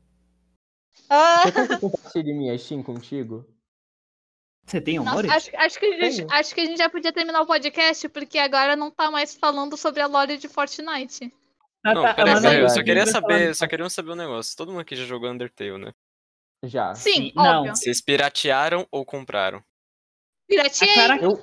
Ah,
Você quer que eu compartilhe minha Steam contigo?
Você tem o Mori?
nossa, acho, acho que a gente,
Tenho.
acho que a gente já podia terminar o podcast, porque agora não tá mais falando sobre a lore de Fortnite.
Ah,
Não,
tá,
peraí,
mas
peraí, é eu só
aí,
queria
vai falar
saber,
do-
só queria saber um negócio. Todo mundo aqui já jogou Undertale, né?
Já.
Sim,
Ah, Não.
óbvio.
Vocês piratearam ou compraram?
A
Pirateei.
Clara,
Eu,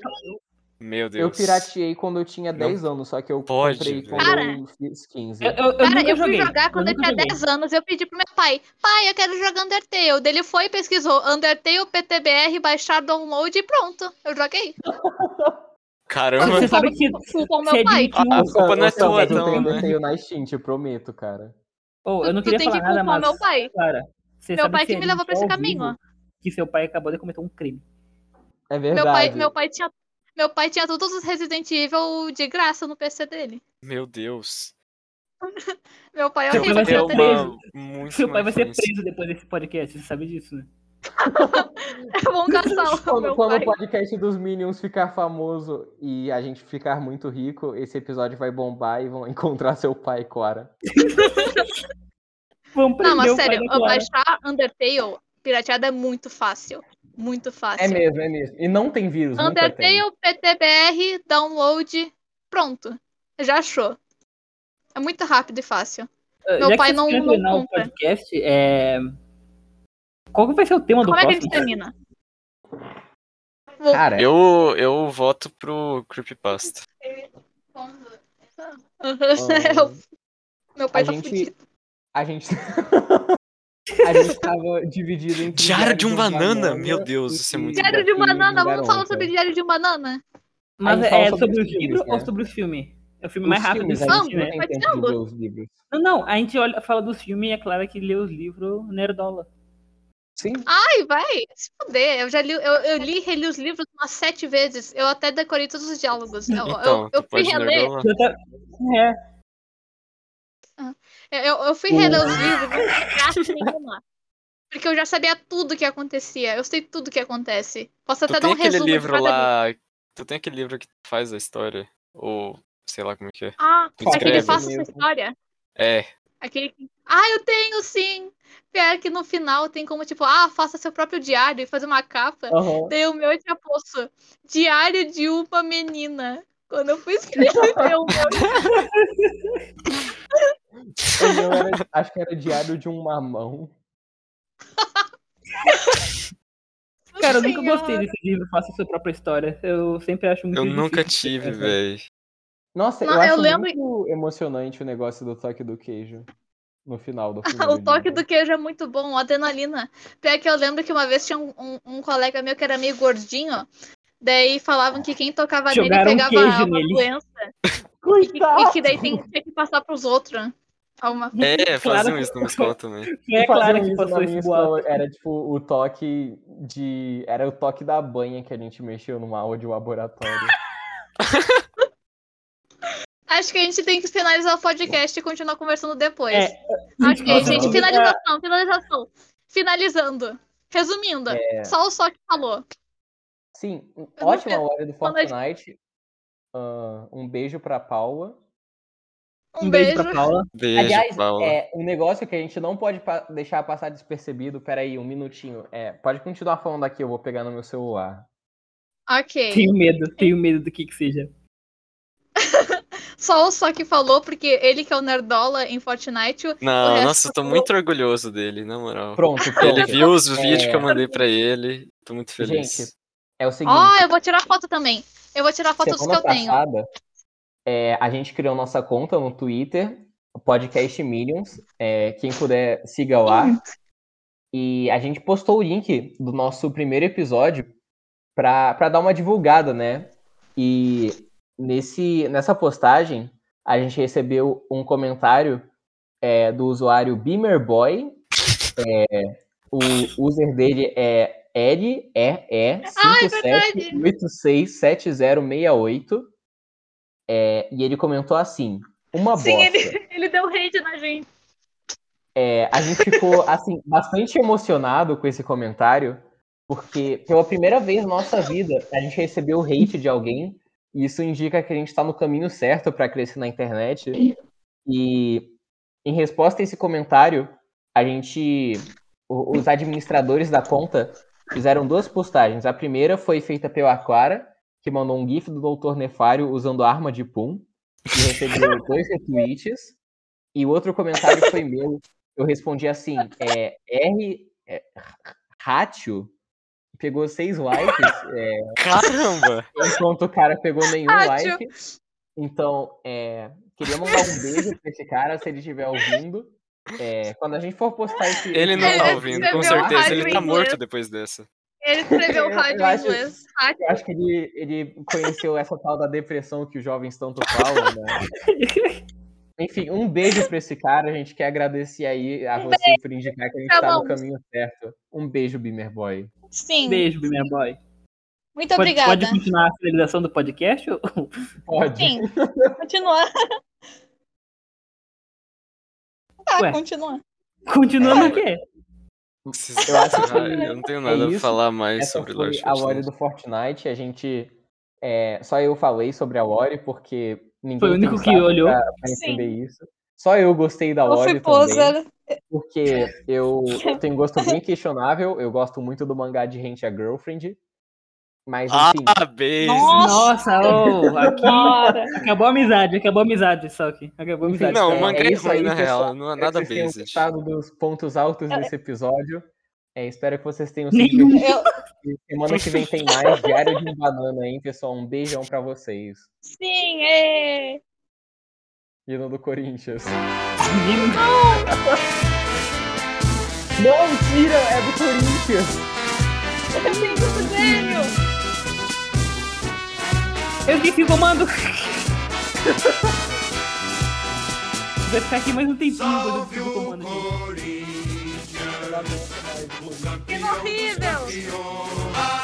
Meu Deus.
eu pirateei quando eu tinha
Não
10 anos, só que eu
pode,
comprei
velho.
quando
Cara.
eu fiz É 15.
eu, eu, eu
Cara,
nunca
eu fui
joguei.
jogar quando eu,
nunca
tinha
joguei.
10 anos. Eu pedi pro meu pai, pai, eu quero jogar Undertale. Daí Ele foi, pesquisou Undertale, PTBR, baixar, download e pronto. Eu joguei.
Caramba,
Você sabe que
Desculpa o
se
meu
é
pai.
21,
a culpa não é
Ô, Sam,
sua,
mas eu
então,
tenho
né?
Undertale na Steam, te prometo, cara.
Pô, eu não
Tu
queria
tem que
falar nada,
culpar
mas.
meu pai.
Clara, você
Meu
sabe
pai
se
que me
é
levou pra esse
ao
caminho,
vivo Que seu pai acabou de cometer um crime.
É
Meu pai,
verdade.
meu pai tinha. Meu pai tinha todos os Resident Evil de graça no PC dele.
Meu Deus.
Meu pai é
Seu pai
horrível.
vai ser
É
eu
uma-
tenho-
preso.
muito
Seu pai
má
vai ser
influência.
preso depois desse podcast, você sabe disso, né?
É bom casal,
Quando,
meu
quando
pai.
o podcast dos Minions ficar famoso e a gente ficar muito rico, esse episódio vai bombar e vão encontrar seu pai, Clara.
Vamos
Não,
prender
mas
o pai
sério,
da Clara.
baixar Undertale pirateada é muito fácil. Muito fácil.
É mesmo, é mesmo. E não tem vírus, nunca tem.
Undertale, PTBR, download, pronto. Já achou. É muito rápido e fácil.
Ah,
Meu
Já
pai
que
não-
você
não
quer terminar o
compra.
podcast, é... qual que vai ser o tema do
Como é que a gente
próximo?
termina?
Cara,
um Eu, eu voto pro Creepypasta.
Eu- Meu pai
a
tá
gente-
fudido.
a gente. tá a gente tava dividido entre.
Diário de um Banana? Meu Deus, isso é muito
Diário de um
uma
banana, vamos falar
é?
sobre Diário de banana?
Mas
A gente
é
fala
sobre,
sobre
o
os filmes,
livro
né?
ou sobre o filme? É o filme mais rápido
filmes,
do né?
a
Vamos,
gente não tem
mas
tempo de
ambos.
ver os livros.
Não, não, a gente olha, fala dos filmes e é claro que lê os livros nerdola.
Sim.
Ai, vai se fuder. Eu já li, eu, eu li e reli os livros umas sete vezes. Eu até decorei todos os diálogos. Eu,
Então,
eu, eu
tu
fui
pode
reler.
nerdolar.
Já tá- É,
Eu, eu fui reler os livros, não tem graça nenhuma. Porque eu já sabia tudo que acontecia. Eu sei tudo que acontece. Posso até
tu
dar
tem
um
aquele
resumo. de
livro
cada livro.
lá. Tu tem aquele livro que faz a história. Ou sei lá como é que é.
Ah,
Tu
aquele
escreve.
faça essa história.
É.
Aquele que. Ah, eu tenho sim! Pior é que no final tem como, tipo, ah, faça seu próprio diário e fazer uma capa.
Aham.
Daí o meu tinha posto Diário de uma menina. Quando eu fui escrever o meu.
O meu era- acho que era diário de um mamão.
Cara, eu nunca
Senhora.
gostei desse livro, faça sua própria história. Eu sempre acho muito
Eu nunca
difícil.
tive,
Aham.
velho.
Nossa,
Não,
eu acho
eu lembro-
muito emocionante o negócio do toque do queijo no final do filme.
O toque do queijo é muito bom, a adrenalina. Pior que eu lembro que uma vez tinha um, um- um colega meu que era meio gordinho. Daí falavam que quem tocava nele
Jogaram um
pegava
queijo
uma
nele.
doença. E que,
Coitado!
e que daí tem, tinha que passar pros outros. Alguma...
É,
Claro
faziam
que-
isso na minha escola também.
É claro que
um isso na
passou
minha
esse boato.
escola era tipo o toque de. Era o toque da banha que a gente mexeu numa aula de laboratório.
Acho que a gente tem que finalizar o podcast e continuar conversando depois.
É,
Ok,
Nossa,
gente,
não.
finalização, finalização. Finalizando. Resumindo,
É.
só o só que falou.
Sim, um
não
ótima
sei-
hora do
quando a gente-
Fortnite. Ah, um beijo pra Paula.
Um, beijo.
pra Paula.
Beijo,
Aliás,
Paula.
é um negócio que a gente não pode pa- deixar passar despercebido. Peraí, um minutinho. É, pode continuar falando aqui, eu vou pegar no meu celular.
Ok.
Tenho medo, tenho medo do que que seja.
Só o só que falou, porque ele que é o Nerdola em Fortnite. o
Não,
resto
nossa, eu tô muito orgulhoso dele, na moral.
Pronto,
Ele
pronto.
viu os vídeos que eu
É.
mandei pra ele. Tô muito feliz.
Gente, é o seguinte.
Ó, eu vou tirar foto também. Eu vou tirar foto dos que
Semana
eu tenho.
passada, é, a gente criou nossa conta no Twitter, o podcast Millions. É, quem puder, siga lá. E a gente postou o link do nosso primeiro episódio pra pra dar uma divulgada, né? E nesse, nessa postagem, a gente recebeu um comentário é, do usuário Beamerboy. É, o user dele é LEE57867068. É, e ele comentou assim: Uma
Sim,
bosta.
ele, ele deu hate na gente.
É, a gente ficou, assim, bastante emocionado com esse comentário, porque pela primeira vez na nossa vida a gente recebeu o hate de alguém, e isso indica que a gente está no caminho certo para crescer na internet. E em resposta a esse comentário, a gente, o- os administradores da conta fizeram duas postagens. A primeira foi feita pela Clara, que mandou um gif do Doutor Nefário usando arma de pum, e recebeu dois retweets. E o outro comentário foi meu, eu respondi assim, é, R é, Ratio pegou seis likes, é,
Caramba!
enquanto o cara pegou nenhum
Ratio.
like. Então, é, queria mandar um beijo pra esse cara, se ele estiver ouvindo. É, quando a gente for postar É, esse.
Ele não
Ele
tá
deve
ouvindo,
ter
com
visto
certeza.
rádio
Ele
em
tá
inglês.
morto depois dessa.
Ele escreveu
Eu
rádio em
acho-
inglês. Rádio.
Eu acho que ele, ele conheceu essa tal da depressão que os jovens tanto falam, né? Enfim, um beijo pra esse cara. A gente quer agradecer aí
Um
a você por indicar que a gente tá no
Acabamos.
caminho certo. Um beijo, Beamer Boy.
Sim.
Beijo, minha boy.
Muito
Pode,
obrigada.
pode continuar a finalização do podcast? ou-
Pode.
Sim. Continuar. Tá,
Ué.
continua.
Continuando o quê?
Esses-
Eu acho que
Ah, eu não tenho
é
nada a
isso.
falar mais
Essa
sobre
foi
Lord
a
Shot.
Lore do Fortnite. A gente. é, só eu falei sobre a Lore, porque ninguém
Foi o único
tem
que
saco
olhou.
Pra, pra
Sim.
entender isso. Só eu gostei da
Você
Lore
né?
também,
poser.
porque eu, eu tenho um gosto bem questionável. Eu gosto muito do mangá de Rent a Girlfriend. Mas, enfim,
Ah, beijo!
Nossa, ô, aqui.
Bora.
Acabou a amizade, acabou a amizade, só que. Acabou a amizade.
Não,
é-
o mangá
é
é
isso aí,
né?
ruim, na
pessoal.
real. Não é
espero
nada
que vocês um tenham
basic.
gostado dos pontos altos desse episódio. É, espero que vocês tenham se
Nenhum.
divertido.
Eu,
Semana que vem tem mais Diário de um Banana, hein, pessoal? Um beijão pra vocês.
sim, é.
Hino do Corinthians.
Menino.
Não, tira, é do Corinthians.
Eu esqueci o comando. Vai ficar aqui mais um tempinho depois eu
Salve
esqueci o
o
comando. gente.
Corinthians, o campeão
horrível.
campeão.